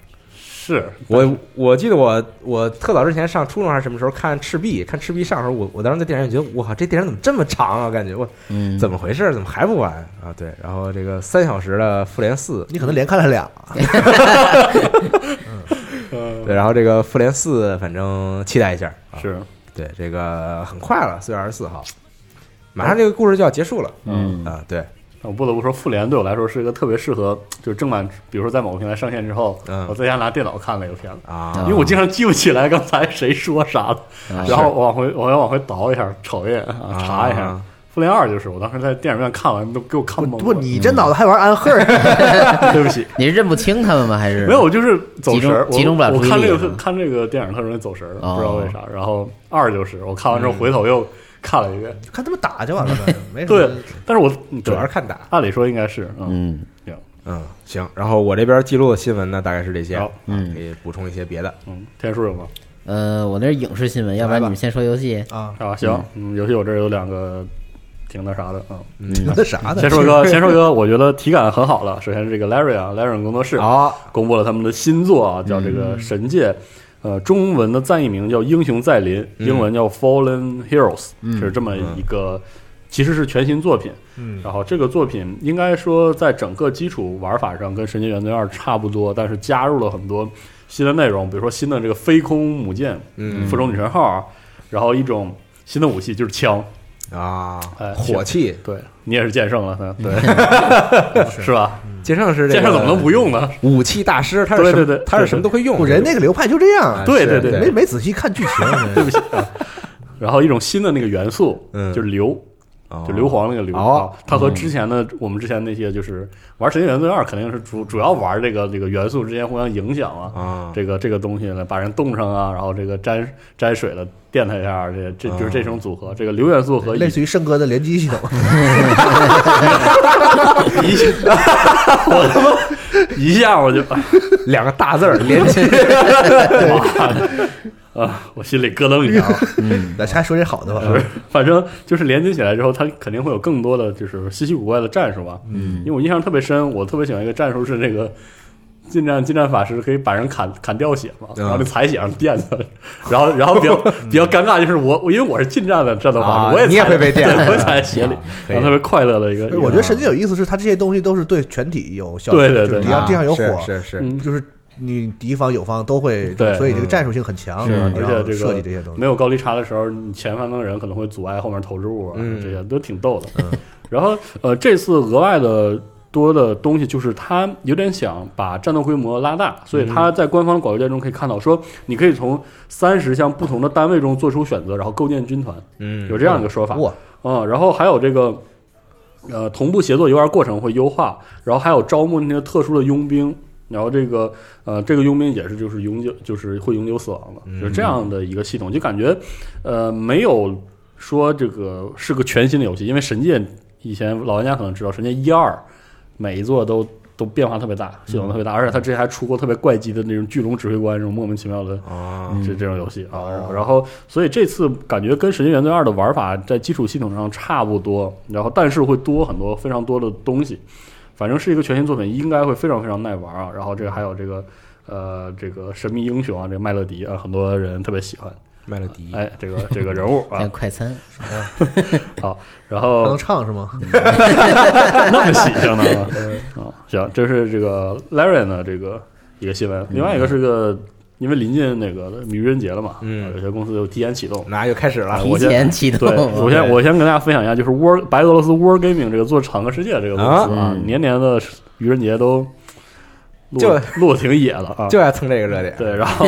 Speaker 4: 是
Speaker 1: 我我记得我我特早之前上初中还是什么时候看《赤壁》，看《赤壁》上的时候，我我当时在电影院觉得，我靠，这电影怎么这么长啊？感觉我
Speaker 2: 嗯，
Speaker 1: 怎么回事？怎么还不完啊？对，然后这个三小时的《复联四
Speaker 3: 你可能连看了俩，
Speaker 4: 嗯》，
Speaker 1: 对，然后这个《复联四》，反正期待一下啊。
Speaker 4: 是
Speaker 1: 对，这个很快了，四月二十四号，马上这个故事就要结束了。
Speaker 2: 嗯
Speaker 1: 啊，对，
Speaker 4: 我不得不说，复联对我来说是一个特别适合，就是正版，比如说在某个平台上线之后，
Speaker 1: 嗯
Speaker 4: 我在家拿电脑看了一个片子，
Speaker 1: 啊
Speaker 4: 因为我经常记不起来刚才谁说啥了，
Speaker 2: 啊
Speaker 4: 然后我往回我要往回倒一下，瞅一眼啊，查一下
Speaker 1: 啊。
Speaker 4: 复联二就是我当时在电影院看完都给我看懵了，
Speaker 3: 不，你这脑子还玩暗黑
Speaker 1: 嗯
Speaker 3: 儿？
Speaker 4: 对不起，
Speaker 2: 你是认不清他们吗？还是
Speaker 4: 没有，我就是走神儿，
Speaker 2: 集中集中不了
Speaker 4: 我我
Speaker 2: 注意
Speaker 4: 看这
Speaker 2: 力
Speaker 4: 个
Speaker 2: 了
Speaker 4: 看这个电影特容易走神儿，
Speaker 2: 哦
Speaker 4: 不知道为啥。然后二就是我看完之后回头又看了一遍，
Speaker 2: 嗯
Speaker 3: 看他们打就完了呗， 没什么
Speaker 4: 对，但是我嗯
Speaker 1: 主要是
Speaker 4: 对
Speaker 1: 看打。
Speaker 4: 按理说应该是，嗯，
Speaker 2: 嗯
Speaker 4: 行，
Speaker 1: 嗯，行。然后我这边记录的新闻呢，大概是这些
Speaker 4: 好，
Speaker 2: 嗯
Speaker 1: 可以补充一些别的。
Speaker 4: 嗯，天数有吗？
Speaker 2: 呃，我那是影视新闻，要不然
Speaker 3: 来吧
Speaker 2: 你们先说游戏。
Speaker 3: 啊，
Speaker 4: 啊，行，嗯，游戏我这儿有两个挺那啥的，嗯，
Speaker 2: 嗯
Speaker 3: 那 啥的
Speaker 4: 先，说一个，先说一个，我觉得体感很好了。首先是这个 Larry 啊，Larry 工作室
Speaker 1: 好，
Speaker 4: 公布了他们的新作
Speaker 1: 嗯
Speaker 4: 啊，叫这个《神界》，呃，中文的赞译名叫《英雄再临》，
Speaker 1: 嗯
Speaker 4: 英文叫《Fallen Heroes》，是这么
Speaker 1: 嗯
Speaker 4: 一个，其实是全新作品。
Speaker 3: 嗯，
Speaker 4: 然后这个作品应该说在整个基础玩法上跟《神界：原罪二》差不多，但是加入了很多新的内容，比如说新的这个飞空母舰，
Speaker 1: 嗯
Speaker 4: 复仇女神号啊，然后一种新的武器就是枪，
Speaker 1: 啊
Speaker 4: 哎，
Speaker 1: 火器，
Speaker 4: 对你也是剑圣了，嗯对， 是吧？
Speaker 1: 剑圣嗯是这
Speaker 4: 剑
Speaker 1: 个
Speaker 4: 圣怎么能不用呢？
Speaker 1: 武器大师？他是什么
Speaker 4: 对对对
Speaker 1: 他是什么都会用。
Speaker 3: 古人那个流派就这样
Speaker 1: 啊，
Speaker 4: 对
Speaker 1: 是
Speaker 4: 对对
Speaker 3: 没没仔细看剧 情，
Speaker 4: 对不起啊。然后一种新的那个元素，
Speaker 1: 嗯
Speaker 4: 就是硫，
Speaker 1: 哦
Speaker 4: 就硫磺那个硫
Speaker 1: 哦
Speaker 4: 啊，它和之前的我们之前那些就是玩《神界原罪二》，肯定是主主要玩这个这个元素之间互相影响啊，
Speaker 1: 啊，
Speaker 4: 这个这个东西呢，把人冻上啊，然后这个沾沾水了电它一下，这这就是这种组合。这个硫元素和乙
Speaker 3: 类似于圣哥的联机系统，
Speaker 4: 一下，我他妈一下我就
Speaker 1: 两个大字儿连 起，
Speaker 4: 妈啊，我心里咯噔一下啊。
Speaker 1: 嗯
Speaker 3: 咱还说点好的吧，
Speaker 4: 反正就是连接起来之后，它肯定会有更多的就是稀奇古怪的战术吧。嗯，因为我印象特别深，我特别喜欢一个战术是那个近战近战法师可以把人砍砍掉血嘛，
Speaker 1: 嗯
Speaker 4: 然后那采血上电他， 然后然 后比较比较尴尬就是我我因为我是近战的战斗法
Speaker 1: 啊
Speaker 4: 师，我也
Speaker 1: 你也
Speaker 4: 踩
Speaker 1: 会被电
Speaker 4: 对我也踩在血里
Speaker 1: 啊，可以
Speaker 4: 然后特别快乐的一个。
Speaker 3: 哎我觉得神界有意思是它这些东西都是对全体有效，
Speaker 4: 啊对对对
Speaker 3: 就是地上地上有
Speaker 1: 是
Speaker 3: 火，
Speaker 1: 是是，
Speaker 4: 嗯
Speaker 3: 就是你敌方友方都会，
Speaker 4: 对
Speaker 3: 所以这个战术性很强，
Speaker 4: 是，
Speaker 3: 你
Speaker 4: 而且
Speaker 3: 要
Speaker 4: 这个
Speaker 3: 设计这些东西。
Speaker 4: 没有高低差的时候，你前方的人可能会阻碍后面投掷物啊，
Speaker 1: 嗯
Speaker 4: 这些都挺逗的。
Speaker 3: 嗯
Speaker 4: 然后呃，这次额外的多的东西就是它有点想把战斗规模拉大，所以
Speaker 3: 嗯
Speaker 4: 它在官方的广告介中可以看到说，你可以从三十项不同的单位中做出选择，然后构建军团，
Speaker 1: 嗯，
Speaker 4: 有这样一个说法。
Speaker 3: 哇，
Speaker 4: 嗯，然后还有这个，呃，同步协作游玩过程会优化，然后还有招募那些特殊的佣兵，然后这个呃，这个佣兵也是就是永久就是会永久死亡的，就是这样的一个系统，就感觉呃没有说这个是个全新的游戏，因为神界以前老玩家可能知道，神界一二每一座都。都变化特别大，系统特别大，而且他之前还出过特别怪机的那种巨龙指挥官，这种莫名其妙的
Speaker 1: 啊，
Speaker 4: 这这种游戏啊。然后然后，所以这次感觉跟《神经元罪二》的玩法在基础系统上差不多，然后但是会多很多非常多的东西。反正是一个全新作品，应该会非常非常耐玩啊。然后这个还有这个呃这个神秘英雄啊，这个麦乐迪啊，很多人特别喜欢。
Speaker 1: 麦乐迪，
Speaker 4: 哎，这个这个人物啊
Speaker 2: 像，快餐，
Speaker 4: 好，然
Speaker 3: 还
Speaker 4: 后
Speaker 3: 能唱是吗？
Speaker 4: 那么喜庆呢？啊，行，这是这个 Larry 呢这个一个新闻，另外一个是个因为临近那个愚人节了嘛，啊
Speaker 1: 嗯
Speaker 4: 有些公司就提前启动，
Speaker 1: 那又开始了
Speaker 4: 哎
Speaker 2: 提
Speaker 4: 我先
Speaker 2: 前启动
Speaker 4: 对，我先我先跟大家分享一下，就是 War 白俄罗斯 War Gaming 这个做《坦克世界》这个公司
Speaker 2: 啊
Speaker 4: 啊，
Speaker 2: 嗯
Speaker 4: 年年的愚人节都落
Speaker 1: 就
Speaker 4: 落挺野了啊。
Speaker 1: 就爱蹭这个热点，
Speaker 4: 对，然 后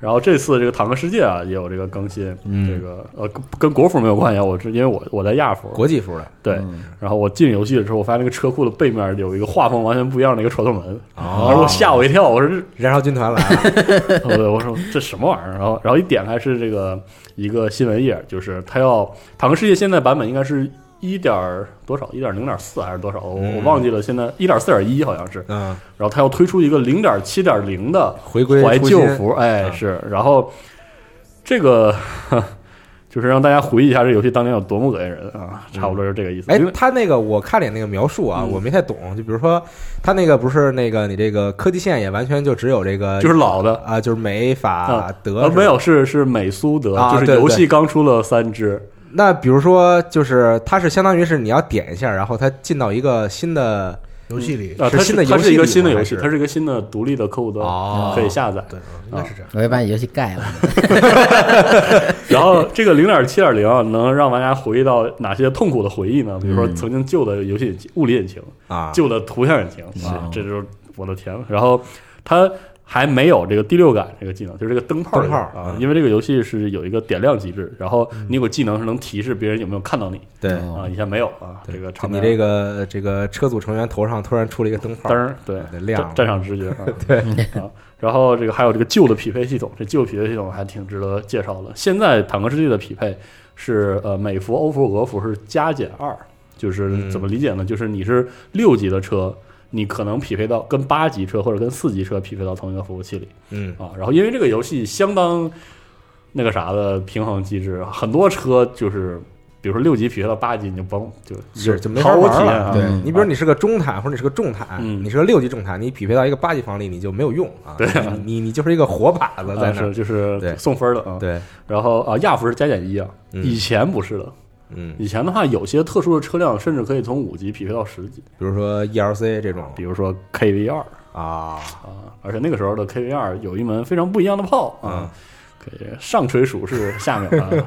Speaker 4: 然后这次这个《坦克世界》啊也有这个更新，
Speaker 1: 嗯
Speaker 4: 这个呃跟跟国服没有关系，啊，我是因为我我在亚服，
Speaker 1: 国际服嗯的
Speaker 4: 对，然后我进游戏的时候，我发现那个车库的背面有一个画风完全不一样的一个传送门，
Speaker 1: 哦
Speaker 4: 然后我吓我一跳，我说这
Speaker 1: 燃烧军团来了，
Speaker 4: 我我说这什么玩意儿？然后然后一点开是这个一个新闻页，就是它要《坦克世界》现在版本应该是一点儿多少，一点零点四还是多少？我
Speaker 1: 嗯
Speaker 4: 我忘记了，现在一点四点一好像是。
Speaker 1: 嗯，
Speaker 4: 然后它要推出一个零点七点零的
Speaker 1: 回归
Speaker 4: 怀
Speaker 1: 初
Speaker 4: 旧
Speaker 1: 心
Speaker 4: 服，哎
Speaker 1: 嗯
Speaker 4: 是，然后这个。 就是让大家回忆一下这游戏当年有多么恶心人啊，差不多是这个意思。
Speaker 1: 哎
Speaker 4: 因为，
Speaker 1: 他那个我看脸那个描述啊，
Speaker 4: 嗯
Speaker 1: 我没太懂。就比如说，他那个不是那个你这个科技线也完全就只有这个，
Speaker 4: 就是老的，
Speaker 1: 啊，就是美法
Speaker 4: 啊
Speaker 1: 德
Speaker 4: 呃，没。有，是是美苏德，
Speaker 1: 啊
Speaker 4: 就是
Speaker 1: 对
Speaker 4: 游
Speaker 1: 对
Speaker 4: 戏刚出了三支，
Speaker 1: 那比如说，就是它是相当于是你要点一下，然后它进到一个新的
Speaker 3: 游戏里
Speaker 4: 啊，它
Speaker 1: 是新的
Speaker 4: 它
Speaker 1: 游戏
Speaker 4: 是一个
Speaker 1: 里
Speaker 4: 新的
Speaker 1: 吗
Speaker 4: 游
Speaker 1: 还
Speaker 4: 戏，
Speaker 1: 是
Speaker 4: 它是一个新的独立的客户端，
Speaker 1: 哦
Speaker 4: 可以下载。
Speaker 3: 对，嗯应该是这样。
Speaker 2: 我会把你游戏盖了。
Speaker 4: 然后这个零点七点零啊能让玩家回忆到哪些痛苦的回忆呢？比如说曾经旧的游戏引擎物理引擎、
Speaker 1: 嗯啊，
Speaker 4: 旧的图像引擎，
Speaker 2: 哇
Speaker 4: 这就是我的天了。然后它还没有这个第六感这个技能，就是这个灯泡
Speaker 1: 灯泡
Speaker 4: 啊
Speaker 1: 嗯，
Speaker 4: 因为这个游戏是有一个点亮机制，然后你有个技能是能提示别人有没有看到你
Speaker 1: 对，
Speaker 4: 啊，
Speaker 2: 哦
Speaker 4: 以前没有啊，这个场
Speaker 1: 你
Speaker 4: 面
Speaker 1: 这个这个车组成员头上突然出了一个灯泡
Speaker 4: 灯，儿对
Speaker 1: 得亮
Speaker 4: 战战 场直觉啊，对啊，然后这个还有这个旧的匹配系统，这旧匹配系统还挺值得介绍的。现在坦克世界的匹配是呃美服、欧服、俄服是加减二，就是
Speaker 1: 嗯
Speaker 4: 怎么理解呢？就是你是六级的车，你可能匹配到跟八级车或者跟四级车匹配到同一个服务器里
Speaker 1: 嗯，
Speaker 4: 啊。然后因为这个游戏相当那个啥的平衡机制，很多车就是。比如说六级匹配到八级，你就甭就是
Speaker 1: 就没法
Speaker 4: 毫无
Speaker 1: 玩
Speaker 4: 体验
Speaker 1: 了。
Speaker 4: 啊。
Speaker 1: 对
Speaker 2: 嗯
Speaker 1: 你，比如你是个中坦或者你是个重坦，
Speaker 4: 嗯
Speaker 1: 你是个六级重坦，你匹配到一个八级房里你就没有用啊。
Speaker 4: 对啊
Speaker 1: 你你你就是一个活靶子
Speaker 4: 啊
Speaker 1: 在那
Speaker 4: 是
Speaker 1: 儿。
Speaker 4: 就是
Speaker 1: 对
Speaker 4: 送分儿的啊。
Speaker 1: 对，
Speaker 4: 然后啊，亚服是加减一啊，
Speaker 1: 嗯
Speaker 4: 以前不是的。
Speaker 1: 嗯，
Speaker 4: 以前的话，有些特殊的车辆甚至可以从五级匹配到十级，
Speaker 1: 比如说 ELC 这种
Speaker 4: 比如说 KV 二
Speaker 1: 啊，
Speaker 4: 啊，而且那个时候的 KV 二有一门非常不一样的炮
Speaker 1: 嗯
Speaker 4: 啊，可以上垂鼠是下面啊，反正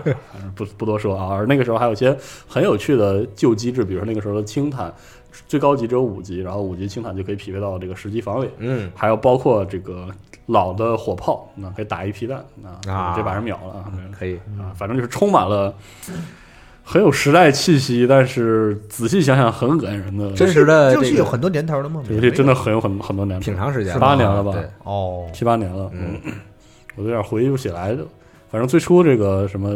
Speaker 4: 不不多说啊。而那个时候还有一些很有趣的旧机制，比如说那个时候的轻坦，最高级只有五级，然后五级轻坦就可以匹配到这个十级房里，
Speaker 1: 嗯
Speaker 4: 还有包括这个老的火炮，那可以打一批弹
Speaker 1: 啊
Speaker 4: 这把人秒了啊，没人
Speaker 1: 可以，
Speaker 4: 啊，反正就是充满了很有时代气息，但是仔细想想很恶心人的。
Speaker 1: 真实的
Speaker 3: 这游戏
Speaker 1: 这个
Speaker 3: 有很多年头了吗？
Speaker 4: 这游戏真的很有很很多年了，
Speaker 1: 挺长时间
Speaker 4: 十八年了吧？
Speaker 1: 对
Speaker 3: 哦，
Speaker 4: 七八年了，
Speaker 1: 嗯，
Speaker 4: 我都有点回忆不起来。反正最初这个什么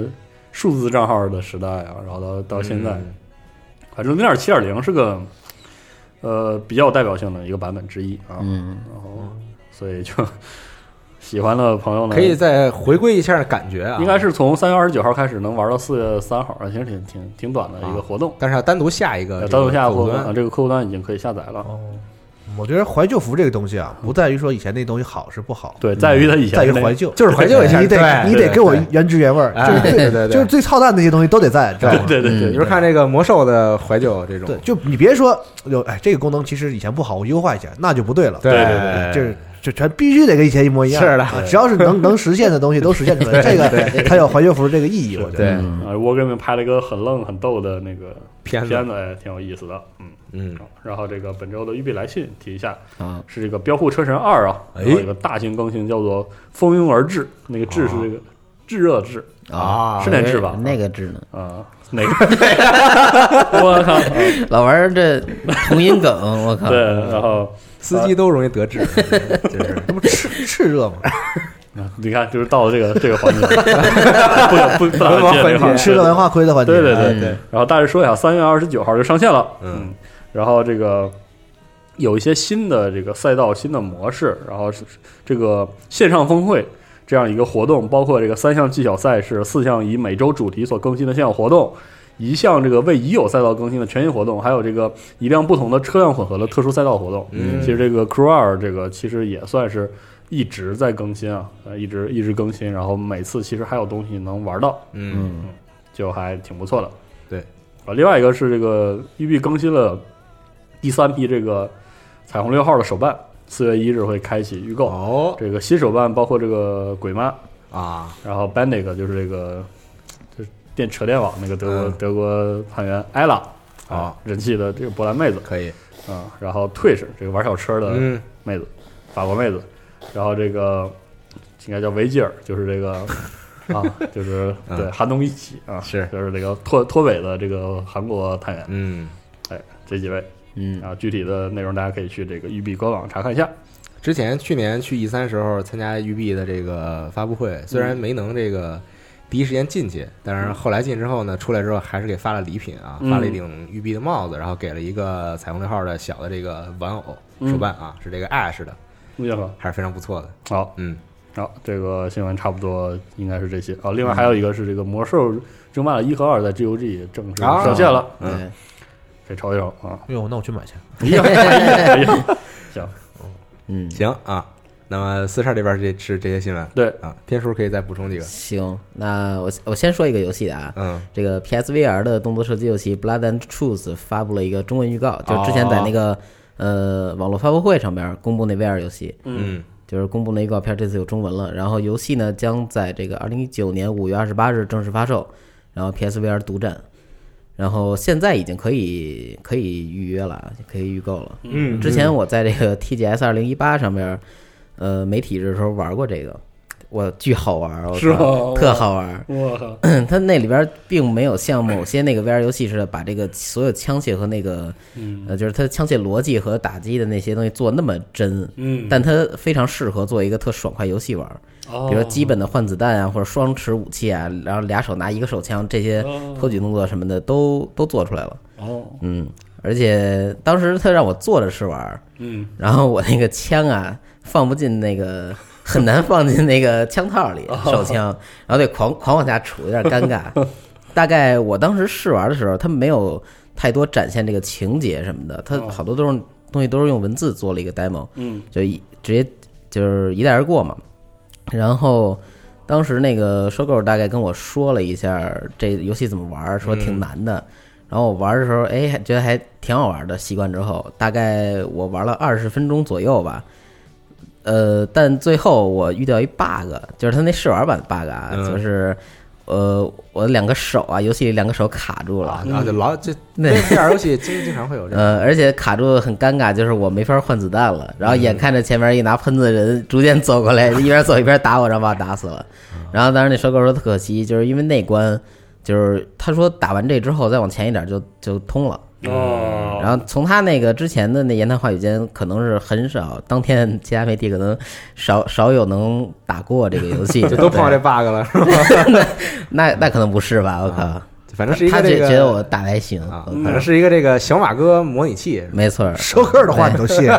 Speaker 4: 数字账号的时代啊，然后到到现在，
Speaker 1: 嗯
Speaker 4: 反正零点七点零是个呃比较有代表性的一个版本之一啊。
Speaker 2: 嗯，
Speaker 4: 然后所以就 喜欢的朋友呢，
Speaker 1: 可以再回归一下感觉啊，
Speaker 4: 应该，是从三月二十九号开始能玩到四月三号，其实挺挺挺短的一
Speaker 1: 啊
Speaker 4: 个活动。
Speaker 1: 但是要单独下一个
Speaker 4: 呃，单独下
Speaker 1: 这个
Speaker 4: 客
Speaker 1: 客
Speaker 4: 户
Speaker 1: 户
Speaker 4: 端，啊
Speaker 1: 端，
Speaker 4: 这个客户端已经可以下载了。
Speaker 3: 我觉得怀旧服这个东西啊，不在于说以前那东西好是不好，
Speaker 4: 对，在于它以前
Speaker 3: 在于
Speaker 4: 那
Speaker 3: 怀旧，
Speaker 1: 就是怀旧一下
Speaker 3: 你得
Speaker 1: 对
Speaker 3: 你得
Speaker 1: 对
Speaker 3: 给我
Speaker 1: 对
Speaker 3: 原汁原味儿，
Speaker 1: 哎
Speaker 3: 就是最
Speaker 1: 对对对
Speaker 3: 就是最操蛋那些东西都得在，知道吗？
Speaker 4: 对对对
Speaker 1: 比
Speaker 2: 嗯
Speaker 4: 对
Speaker 1: 如看这个魔兽的怀旧这种，
Speaker 3: 对，就你别说有哎，这个功能其实以前不好，我优化一下，那就不对了。哎
Speaker 1: 对
Speaker 4: 对对
Speaker 3: 就是就全必须得跟以前一模一样。
Speaker 1: 是的
Speaker 3: 啊只要是能能实现的东西都实现出来，这个它有怀旧服这个意义，我觉得。
Speaker 1: 对
Speaker 4: 啊，Wargaming 拍了一个很愣很逗的那个
Speaker 1: 片子
Speaker 4: 片子，哎挺有意思的。嗯，
Speaker 1: 嗯，
Speaker 4: 然后这个本周的预备来信提一下，
Speaker 2: 啊，
Speaker 4: 是这个《标酷车神二》啊，
Speaker 1: 哎
Speaker 4: 然后有一个大型更新叫做“蜂拥而至”，那个“至”是这个炙热的“炙
Speaker 1: 啊
Speaker 4: 是那智吧
Speaker 2: 那个智呢？”
Speaker 4: 啊，哪个？我靠！啊
Speaker 2: 老玩儿这同音梗，我靠！
Speaker 4: 对，然后
Speaker 1: 司机都容易得 志，就是
Speaker 4: 嗯
Speaker 3: 那不炽炽热吗？
Speaker 4: 啊你看，就是到了 这个这个环节，不不不打算接这个话题，
Speaker 3: 吃了文化亏的环节，
Speaker 4: 对对对
Speaker 2: 嗯
Speaker 4: 对。然后大致说一下，三月二十九号就上线了。
Speaker 1: 嗯，
Speaker 4: 然后这个有一些新的这个赛道、新的模式，然后是这个线上峰会这样一个活动，包括这个三项技巧赛事、四项以每周主题所更新的现有活动。一项这个为已有赛道更新的全新活动，还有这个一辆不同的车辆混合的特殊赛道活动。
Speaker 1: 嗯
Speaker 4: 其实这个 Crew 二这个其实也算是一直在更新啊，呃，一直一直更新，然后每次其实还有东西能玩到。
Speaker 1: 嗯
Speaker 2: 嗯，
Speaker 4: 就还挺不错的。
Speaker 1: 对，
Speaker 4: 啊，另外一个是这个育碧更新了第三批这个彩虹六号的手办，四月一日会开启预购。
Speaker 1: 哦
Speaker 4: 这个新手办包括这个鬼妈，
Speaker 1: 啊，
Speaker 4: 然后 Bandig 就是这个就是电扯电网那个德国、
Speaker 1: 嗯
Speaker 4: 德国探员艾拉
Speaker 1: 哦，
Speaker 4: 人气的这个波兰妹子
Speaker 1: 可以，
Speaker 4: 啊，然后 Twitch 这个玩小车的
Speaker 1: 嗯
Speaker 4: 妹子，法国妹子，然后这个应该叫维吉尔，就是这 个啊，就是
Speaker 1: 嗯
Speaker 4: 对韩东一起啊，
Speaker 1: 是
Speaker 4: 就是这个脱脱北的这个韩国探员，
Speaker 1: 嗯，
Speaker 4: 哎，这几位
Speaker 2: 嗯，
Speaker 4: 啊，具体的内容大家可以去这个育碧官网查看一下。
Speaker 1: 之前去年去 E 三时候参加育碧的这个发布会，虽然没能这个第一时间进去，但是后来进之后呢，出来之后还是给发了礼品啊，
Speaker 4: 嗯
Speaker 1: 发了一顶育碧的帽子，然后给了一个彩虹六号的小的这个玩偶
Speaker 4: 嗯
Speaker 1: 手办啊，是这个 Ash 的，
Speaker 4: 陆建和，
Speaker 1: 还是非常不错的。
Speaker 4: 好，
Speaker 1: 嗯，
Speaker 4: 好、这个新闻差不多应该是这些啊。另外还有一个是这个《魔兽争霸》的一和二在 GOG 正式
Speaker 1: 啊
Speaker 4: 上线了，嗯，给
Speaker 2: 对，
Speaker 4: 抄一抄 啊。
Speaker 3: 哎呦，那我去买去。
Speaker 4: 哎呀
Speaker 2: 嗯，
Speaker 1: 行啊，那么四十这边这是这些新闻
Speaker 4: 对，
Speaker 1: 啊，天叔可以再补充几个。
Speaker 2: 行，那我我先说一个游戏的啊，
Speaker 1: 嗯，
Speaker 2: 这个 PSVR 的动作射击游戏《Blood and Truth》发布了一个中文预
Speaker 4: 哦
Speaker 2: 告，就之前在那个、呃网络发布会上边公布那 VR 游戏，
Speaker 1: 嗯
Speaker 2: 就是公布那预告片，这次有中文了。然后游戏呢将在这个二零一九年五月二十八日正式发售，然后 PSVR 独占，然后现在已经可以可以预约了，可以预购了。
Speaker 1: 嗯
Speaker 2: 之前我在这个 TGS 二零一八上面，呃媒体日的时候玩过这个，我巨好玩儿，我
Speaker 4: 是
Speaker 2: 靠
Speaker 4: 吗
Speaker 2: 特好玩儿。
Speaker 4: 我靠，
Speaker 2: 它那里边并没有像某些那个 VR 游戏似的，把这个所有枪械和那个，
Speaker 4: 嗯
Speaker 2: 呃，就是它枪械逻辑和打击的那些东西做那么真，
Speaker 4: 嗯，
Speaker 2: 但它非常适合做一个特爽快游戏玩儿，
Speaker 4: 哦
Speaker 2: 比如说基本的换子弹啊，或者双持武器啊，然后俩手拿一个手枪，这些
Speaker 4: 哦
Speaker 2: 托举动作什么的都都做出来了，
Speaker 4: 哦，
Speaker 2: 嗯，而且当时他让我坐着试玩儿，
Speaker 4: 嗯，
Speaker 2: 然后我那个枪啊放不进那个，很难放进那个枪套里，手枪，然后得狂狂往下杵，有点尴尬。大概我当时试玩的时候，他没有太多展现这个情节什么的，他
Speaker 4: 哦
Speaker 2: 好多都是东西都是用文字做了一个 demo，
Speaker 4: 嗯
Speaker 2: 就一直接就是一带而过嘛。然后当时那个收购大概跟我说了一下这游戏怎么玩儿，说挺
Speaker 1: 嗯
Speaker 2: 难的。然后我玩的时候，哎，还觉得还挺好玩的。习惯之后，大概我玩了二十分钟左右吧。呃，但最后我遇到一 bug，就是它那试玩版的 bug 啊，
Speaker 1: 嗯
Speaker 2: 就是呃，我两个手啊，游戏里两个手卡住了，
Speaker 1: 啊，然后就老这
Speaker 2: 那
Speaker 1: VR 游戏经经常会有这样。
Speaker 2: 呃，而且卡住很尴尬，就是我没法换子弹了。然后眼看着前面一拿喷子的人逐渐走过来，一边走一边打我，然后把我打死了。
Speaker 1: 嗯
Speaker 2: 然后当时那收购说特可惜，就是因为那关，就是他说打完这之后再往前一点就就通了。
Speaker 4: 哦，
Speaker 2: 然后从他那个之前的那言谈话语间，可能是很少，当天其他媒体可能少少有能打过这个 游戏的，
Speaker 1: 就都碰到这
Speaker 2: 对
Speaker 1: bug 了，是 吧？
Speaker 2: 那那可能不是吧？我靠，
Speaker 1: 反嗯正是一
Speaker 2: 他
Speaker 1: 个
Speaker 2: 觉
Speaker 1: 这个
Speaker 2: 觉得我打得还行，
Speaker 1: 啊，
Speaker 2: 我
Speaker 1: 反正是一个这个小马哥模拟器，
Speaker 2: 没错儿，
Speaker 3: 收客的话你都信？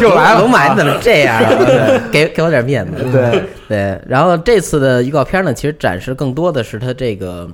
Speaker 1: 又来了啊
Speaker 2: 龙马，你怎么这 样啊？给给我点面子。
Speaker 1: 对，
Speaker 2: 对，然后这次的预告片呢，其实展示更多的是它这个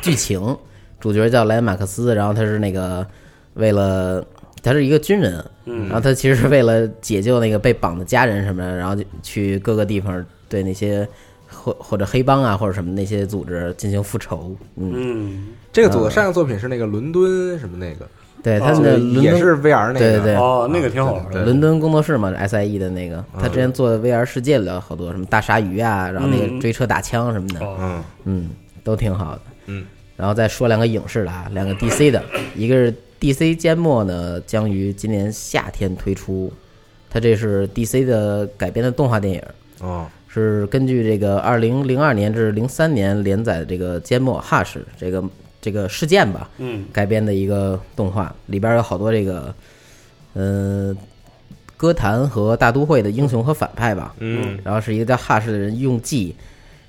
Speaker 2: 剧情，主角叫莱恩马克思，然后他是那个为了他是一个军人，
Speaker 1: 嗯
Speaker 2: 然后他其实是为了解救那个被绑的家人什么的，然后就去各个地方对那些或或者黑帮啊或者什么那些组织进行复仇。嗯，
Speaker 4: 嗯，
Speaker 1: 这个组的上一个作品是那个伦敦什么那个，
Speaker 2: 对，他们的伦
Speaker 1: 哦也
Speaker 2: 敦
Speaker 1: 是 VR 那个，
Speaker 2: 对对
Speaker 4: 哦，那个挺好玩的，
Speaker 1: 对
Speaker 2: 伦敦工作室嘛，SIE 的那个，他之前做 VR 世界里的好多什么大鲨鱼啊，然后那
Speaker 4: 嗯
Speaker 2: 个追车打枪什么的，
Speaker 4: 哦，
Speaker 1: 嗯
Speaker 2: 嗯，都挺好的。
Speaker 1: 嗯，
Speaker 2: 然后再说两个影视的啊，两个 DC 的，一个是 DC 缄默呢，将于今年夏天推出，它这是 DC 的改编的动画电影，
Speaker 1: 哦，
Speaker 2: 是根据这个二零零二年至零三年连载的这个缄默 Hush 这个这个事件吧，
Speaker 4: 嗯，
Speaker 2: 改编的一个动画，里边有好多这个，嗯、歌坛和大都会的英雄和反派吧。
Speaker 1: 嗯
Speaker 2: 然后是一个叫哈士的人用计，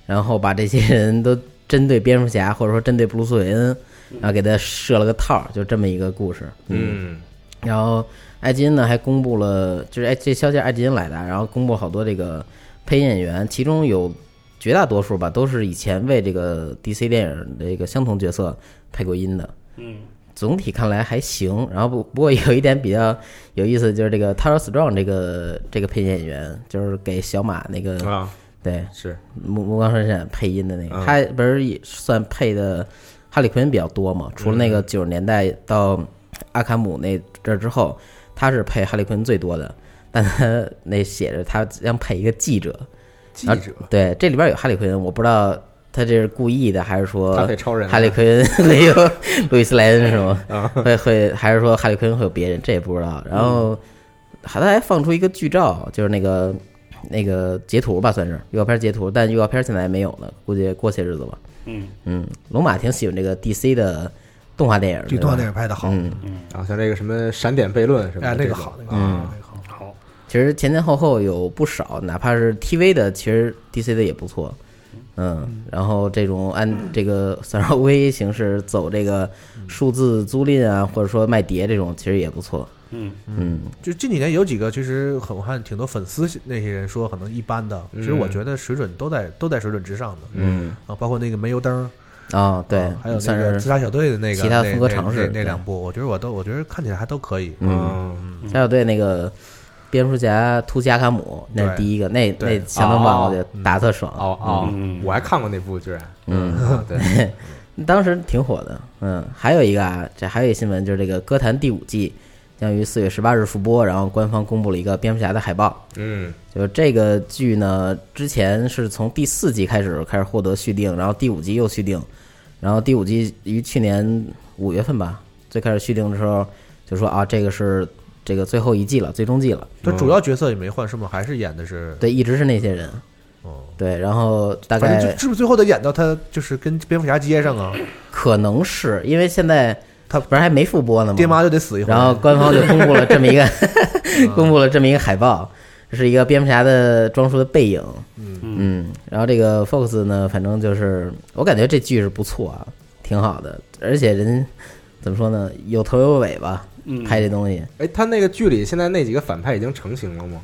Speaker 2: 然后把这些人都针对蝙蝠侠或者说针对布鲁斯韦恩，然后给他设了个套儿，就这么一个故事。
Speaker 1: 嗯
Speaker 2: 然后艾金呢还公布了，就是哎这消息是艾金来的啊，然后公布好多这个配音演员，其中有绝大多数吧都是以前为这个 DC 电影这个相同角色配过音的。
Speaker 4: 嗯，
Speaker 2: 总体看来还行，然后不不过有一点比较 有意思，就是这个 Tara Strong 这个这个配音演员，就是给小马那个、
Speaker 1: 啊
Speaker 2: 对
Speaker 1: 是，
Speaker 2: 目目光闪闪配音的那
Speaker 1: 嗯
Speaker 2: 个，他不是也算配的哈利奎比较多
Speaker 1: 嗯
Speaker 2: 嘛？除了那个九十年代到阿卡姆那阵儿之后，他是配哈利奎恩最多的。但他 那写着他将配一个记者，
Speaker 1: 记
Speaker 2: 啊
Speaker 1: 者，
Speaker 2: 对，这里边有哈利奎恩，我不知道他这是故意的还是说
Speaker 1: 他配超人，
Speaker 2: 呃哈利奎恩没有路易斯莱恩是吗？
Speaker 1: 啊
Speaker 2: 会会还是说哈利奎恩会有别人？这也不知道。然后还他还放出一个剧照，就是那个那个截图吧，算是预告片截图，但预告片现在还没有呢，估计过些日子吧。
Speaker 4: 嗯
Speaker 2: 嗯，龙马挺喜欢这个 DC 的动画电影，
Speaker 3: 这
Speaker 2: 对吧
Speaker 3: 动画电影拍的好，
Speaker 2: 嗯，
Speaker 1: 啊，像这个什么闪点悖论什么的
Speaker 3: 哎，
Speaker 1: 这
Speaker 3: 那
Speaker 1: 种
Speaker 3: 个好，那
Speaker 1: 啊
Speaker 3: 个好，那个好。
Speaker 4: 好，
Speaker 2: 其实前前后后有不少，哪怕是 TV 的，其实 DC 的也不错。嗯，然后这种按这个三十 V 形式走这个数字租赁啊，或者说卖碟这种，其实也不错。
Speaker 4: 嗯，
Speaker 2: 嗯，
Speaker 3: 就近几年有几个，其实很我看挺多粉丝那些人说可能一般的，其实我觉得水准都在都在水准之上的，
Speaker 2: 嗯
Speaker 3: 啊，包括那个煤油灯，
Speaker 2: 啊，对
Speaker 3: 啊，还有那
Speaker 2: 算
Speaker 3: 个
Speaker 2: 是
Speaker 3: 自杀小队的那个
Speaker 2: 其他
Speaker 3: 那
Speaker 2: 风格
Speaker 3: 那
Speaker 2: 尝试
Speaker 3: 那那两部，我觉得我都我觉得看起来还都可以，
Speaker 1: 嗯，
Speaker 2: 自杀小队那个蝙蝠侠突加卡姆，那是
Speaker 3: 对
Speaker 2: 第一个，那
Speaker 3: 对
Speaker 2: 那相当棒，
Speaker 1: 哦
Speaker 2: 我觉得打得特爽。
Speaker 1: 哦哦
Speaker 4: 嗯，
Speaker 1: 我还看过那部，居然，
Speaker 2: 嗯
Speaker 1: 啊， 对，
Speaker 2: 当时挺火的，嗯，还有一个啊，这还有一新闻就是这个《歌坛》第五季将于四月十八日复播，然后官方公布了一个蝙蝠侠的海报。
Speaker 1: 嗯
Speaker 2: 就是这个剧呢，之前是从第四季开始开始获得续订，然后第五季又续订，然后第五季于去年五月份吧，最开始续订的时候就说啊，这个是这个最后一季了，最终季了。
Speaker 3: 他主要角色也没换，是吗？还是演的是，
Speaker 2: 嗯对，一直是那些人。
Speaker 3: 哦，
Speaker 2: 对，然后大
Speaker 3: 反正
Speaker 2: 概嗯
Speaker 3: 就是不是最后得演到他就是跟蝙蝠侠接上啊，
Speaker 2: 可能是因为现在
Speaker 3: 他
Speaker 2: 不是还没复播呢吗？
Speaker 3: 爹妈就得死一回，
Speaker 2: 然后官方就公布了这么 一个，公布了这么一个海报，这是一个蝙蝠侠的装束的背影。嗯然后这个 Fox 呢，反正就是我感觉这剧是不错啊，挺好的，而且人怎么说呢，有头有尾吧，
Speaker 4: 嗯
Speaker 2: 拍这东西。
Speaker 1: 哎，他那个剧里现在那几个反派已经成型了吗？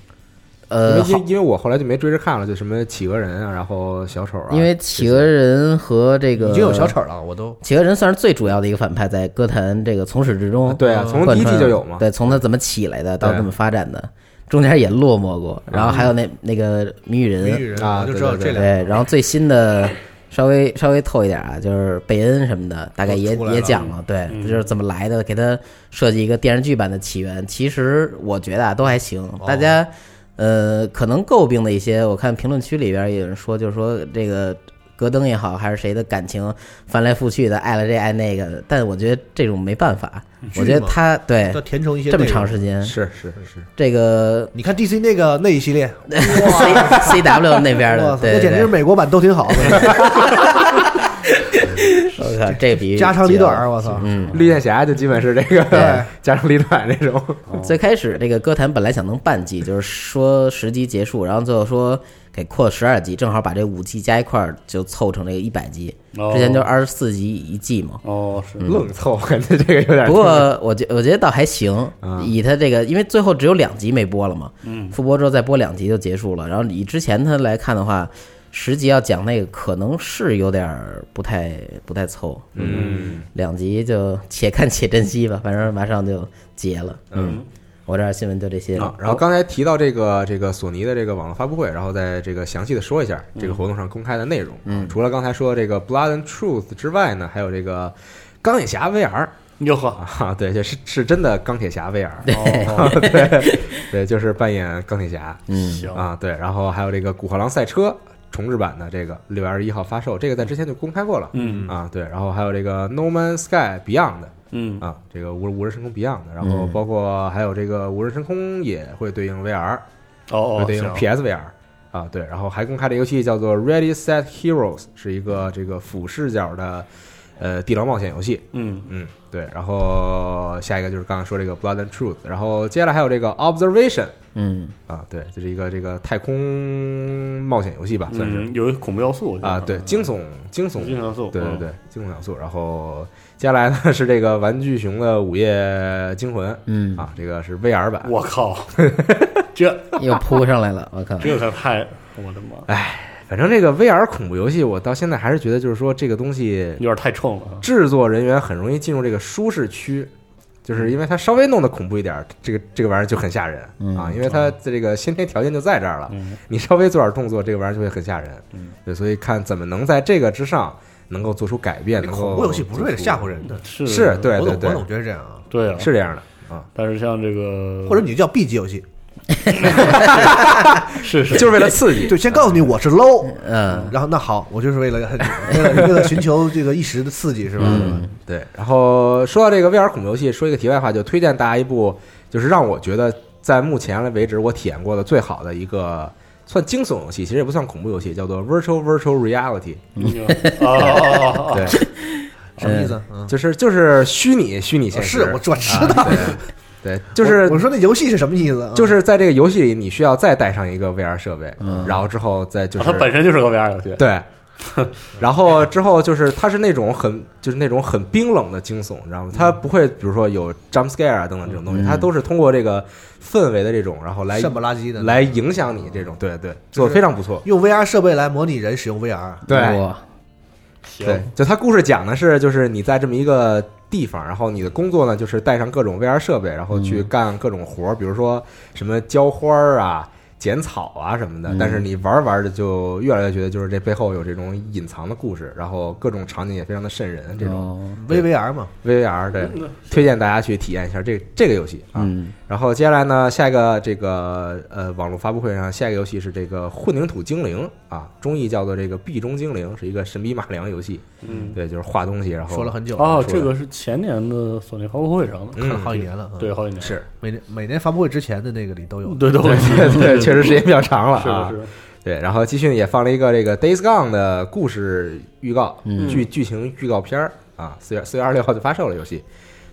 Speaker 1: 因
Speaker 2: 呃，
Speaker 1: 为
Speaker 2: 好，
Speaker 1: 因因为我后来就没追着看了，就什么企鹅人啊，然后小丑啊，
Speaker 2: 因为企鹅人和这个
Speaker 3: 已经有小，丑了，我都
Speaker 2: 企鹅人算是最主要的一个反派，在歌坛这个从始至终，
Speaker 1: 对啊，从第一季就有嘛，
Speaker 2: 对，从他怎么起来的到
Speaker 1: 对嗯
Speaker 2: 怎么发展的，中间也落寞过，然后还有那那个谜语人，
Speaker 3: 谜语人
Speaker 1: 啊
Speaker 3: 我就
Speaker 1: 对
Speaker 3: 知道
Speaker 1: 对
Speaker 3: 这
Speaker 1: 对
Speaker 3: 两个
Speaker 2: 对，然后最新的稍微稍微透一点啊，就是贝恩什么的，大概也
Speaker 3: 哦都出来了嗯
Speaker 2: 也讲了，对，就是怎么来的，给他设计一个电视剧版的起源。其实我觉得啊，都还行，
Speaker 3: 哦
Speaker 2: 大家呃可能诟病的一些，我看评论区里边也有人说，就是说这个。戈登也好，还是谁的感情翻来覆去的，爱了这爱那个的，但我觉得这种没办法，我觉
Speaker 3: 剧
Speaker 2: 得
Speaker 3: 嘛
Speaker 2: 他对
Speaker 3: 要填充一些
Speaker 2: 这么
Speaker 3: 内容
Speaker 2: 长时间，
Speaker 1: 是是是，
Speaker 2: 这个
Speaker 3: 你看 DC 那个那一系列，
Speaker 2: C C W 那边
Speaker 3: 哇
Speaker 2: 的，
Speaker 3: 塞
Speaker 2: 对
Speaker 3: 那
Speaker 2: 对
Speaker 3: 简直是
Speaker 2: 对，
Speaker 3: 美国版都挺好的，
Speaker 2: 我靠，这比喻
Speaker 3: 家长里
Speaker 2: 绝了
Speaker 3: 短儿，我操，
Speaker 2: 嗯，
Speaker 1: 绿箭侠就基本是这 个加上李短这种，
Speaker 2: 最开始这个歌坛本来想弄半季，就是说十集结束，然后最后说给扩十二集，正好把这五季加一块儿就凑成这个一百集。
Speaker 4: 哦
Speaker 2: 之前就二十四集一季嘛。
Speaker 4: 哦是，
Speaker 1: 愣凑，感觉这个有点。
Speaker 2: 不过我觉我觉得倒还行
Speaker 1: 啊，
Speaker 2: 以他这个，因为最后只有两集没播了嘛，复播之后再播两集就结束了。然后以之前他来看的话，十集要讲那个可能是有点儿不太不太凑，
Speaker 1: 嗯，
Speaker 2: 两集就且看且珍惜吧，反正马上就结了。嗯，我这儿新闻就这些了
Speaker 1: 啊，。然后刚才提到这个这个索尼的这个网络发布会，然后在这个详细的说一下这个活动上公开的内容。嗯，除了刚才说的这个《Blood and Truth》之外呢，还有这个《钢铁侠 VR》
Speaker 4: 哟呵，
Speaker 1: 啊，对，这是是真的钢铁侠 VR，
Speaker 4: 哦
Speaker 1: 对对，就是扮演钢铁侠。
Speaker 2: 嗯，
Speaker 4: 行，
Speaker 1: 啊，对，然后还有这个《古惑狼赛车》重制版的这个六月二十一号发售，这个在之前就公开过了。
Speaker 4: 嗯
Speaker 1: 啊，对，然后还有这个《No Man's Sky Beyond》
Speaker 4: 嗯
Speaker 1: 啊，这个无无人深空 Beyond，然后
Speaker 2: 嗯
Speaker 1: 包括还有这个无人深空也会对应 VR，、
Speaker 4: 哦
Speaker 1: 会
Speaker 4: 哦
Speaker 1: 对应
Speaker 4: 行
Speaker 1: PSVR。啊，对，然后还公开了一个游戏叫做《Ready Set Heroes》，是一个这个俯视角的，呃，地牢冒险游戏。
Speaker 4: 嗯
Speaker 1: 嗯，对，然后下一个就是刚刚说这个《Blood and Truth》，然后接下来还有这个《Observation》，
Speaker 2: 嗯，
Speaker 1: 啊，对，这是一个这个太空冒险游戏吧，算是、
Speaker 4: 嗯有恐怖要素我觉得
Speaker 1: 啊，对，惊悚惊悚，
Speaker 4: 惊悚要素
Speaker 1: 对对
Speaker 4: 嗯
Speaker 1: 对，惊悚要素。然后接下来呢是这个《玩具熊的午夜惊魂》，
Speaker 2: 嗯
Speaker 1: 啊，这个是 VR 版，
Speaker 4: 我靠，这
Speaker 2: 又扑上来了，我靠！
Speaker 4: 这可太我的妈，
Speaker 1: 反正这个 VR 恐怖游戏，我到现在还是觉得就是说这个东西
Speaker 4: 有点太冲了啊，
Speaker 1: 制作人员很容易进入这个舒适区，就是因为它稍微弄得恐怖一点儿，这个这个玩意儿就很吓人啊，因为它的这个先天条件就在这儿了，你稍微做点动作，这个玩意儿就会很吓人。对，所以看怎么能在这个之上能够做出改变，能够
Speaker 3: 哎恐怖游戏不是为了吓唬人的，
Speaker 4: 是
Speaker 1: 是，对对
Speaker 3: 我总我
Speaker 1: 对，
Speaker 3: 总觉得这样啊，
Speaker 4: 对啊，
Speaker 1: 是这样的。啊，
Speaker 4: 但是像这个
Speaker 3: 或者你就叫 B 级游戏，
Speaker 4: 是是
Speaker 1: 就是为了刺激，
Speaker 3: 就先告诉你我是 low，
Speaker 2: 嗯，
Speaker 3: 然后那好，我就是为了 为了为了寻求这个一时的刺激是吧？
Speaker 2: 嗯
Speaker 1: 对。然后说到这个 VR 恐怖游戏，说一个题外话，就推荐大家一部，就是让我觉得在目前来为止我体验过的最好的一个，算惊悚游戏，其实也不算恐怖游戏，叫做 Virtual Virtual Reality。
Speaker 4: 啊啊
Speaker 3: 哦
Speaker 4: 啊啊，
Speaker 1: 对，
Speaker 3: 什么意思？嗯，哦
Speaker 1: 就是就是虚拟虚拟现实，
Speaker 3: 是我我知道，
Speaker 1: 啊对，对，就是
Speaker 3: 我我说那游戏是什么意思啊？
Speaker 1: 就是在这个
Speaker 3: 嗯
Speaker 1: 游戏里，你需要再带上一个 VR 设备，然后之后再就是
Speaker 3: 哦
Speaker 4: 它本身就是个 VR 游戏，
Speaker 1: 对，然后之后就是它是那种很就是那种很冰冷的惊悚，你知道吗？它不会比如说有 jump scare 啊等等这种东西，
Speaker 2: 嗯
Speaker 1: 它都是通过这个氛围的这种，然后来
Speaker 3: 什么垃圾的，
Speaker 1: 来影响你这种，对对，做的非常不错。
Speaker 3: 用 VR 设备来模拟人使用 VR，
Speaker 1: 对
Speaker 2: 哇
Speaker 1: 对，就它故事讲的是，就是你在这么一个地方，然后你的工作呢就是带上各种 VR 设备，然后去
Speaker 2: 嗯
Speaker 1: 干各种活儿，比如说什么浇花儿啊、剪草啊什么的。
Speaker 2: 嗯
Speaker 1: 但是你玩着玩着就越来越觉得，就是这背后有这种隐藏的故事，然后各种场景也非常的瘆人。这种
Speaker 2: 哦
Speaker 3: VVR 嘛，
Speaker 1: VVR 对，推荐大家去体验一下这这个游戏啊。
Speaker 2: 嗯
Speaker 1: 然后接下来呢，下一个这个呃网络发布会上，下一个游戏是这个混凝土精灵啊，中译叫做这个壁中精灵，是一个神笔马良游戏。
Speaker 4: 嗯，
Speaker 1: 对，就是画东西，然后
Speaker 3: 说了很久
Speaker 4: 哦，
Speaker 1: 说
Speaker 4: 这个是前年的索尼发布会上的，
Speaker 3: 看了好
Speaker 1: 嗯
Speaker 3: 几年了，嗯
Speaker 4: 对，，好几年，
Speaker 1: 是，
Speaker 3: 每年每年发布会之前的那个里都有，
Speaker 4: 对 对
Speaker 1: 对对，确实时间比较长了
Speaker 4: 是的
Speaker 1: 啊
Speaker 4: 是。的，
Speaker 1: 对，然后继续也放了一个这个 Days Gone 的故事预告
Speaker 2: 嗯
Speaker 1: 剧剧情预告片儿啊，四月四月二十六号就发售了游戏。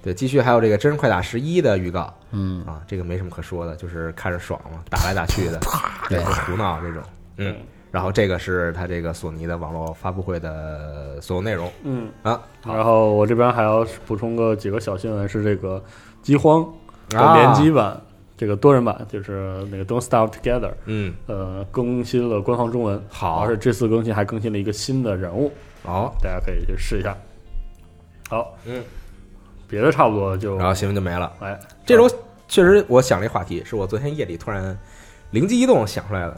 Speaker 1: 对，继续还有这个《真人快打十一》的预告
Speaker 2: 嗯，
Speaker 1: 啊，这个没什么可说的，就是看着爽嘛，打来打去的，
Speaker 2: 对
Speaker 1: 对，胡闹这种，嗯。然后这个是他这个索尼的网络发布会的所有内容
Speaker 4: 嗯。
Speaker 1: 啊，
Speaker 4: 然后我这边还要补充个几个小新闻，是这个《饥荒》的联机
Speaker 1: 啊，
Speaker 4: 版，这个多人版就是那个《Don't Starve Together》，
Speaker 1: 嗯，
Speaker 4: 呃，更新了官方中文，
Speaker 1: 好
Speaker 4: 而且这次更新还更新了一个新的人物，
Speaker 1: 好，
Speaker 4: 大家可以去试一下。好，
Speaker 1: 嗯，啊
Speaker 4: 别的差不多就
Speaker 1: 然后新闻就没了。
Speaker 4: 哎，
Speaker 1: 这周确实，我想了一话题，是我昨天夜里突然灵机一动想出来的。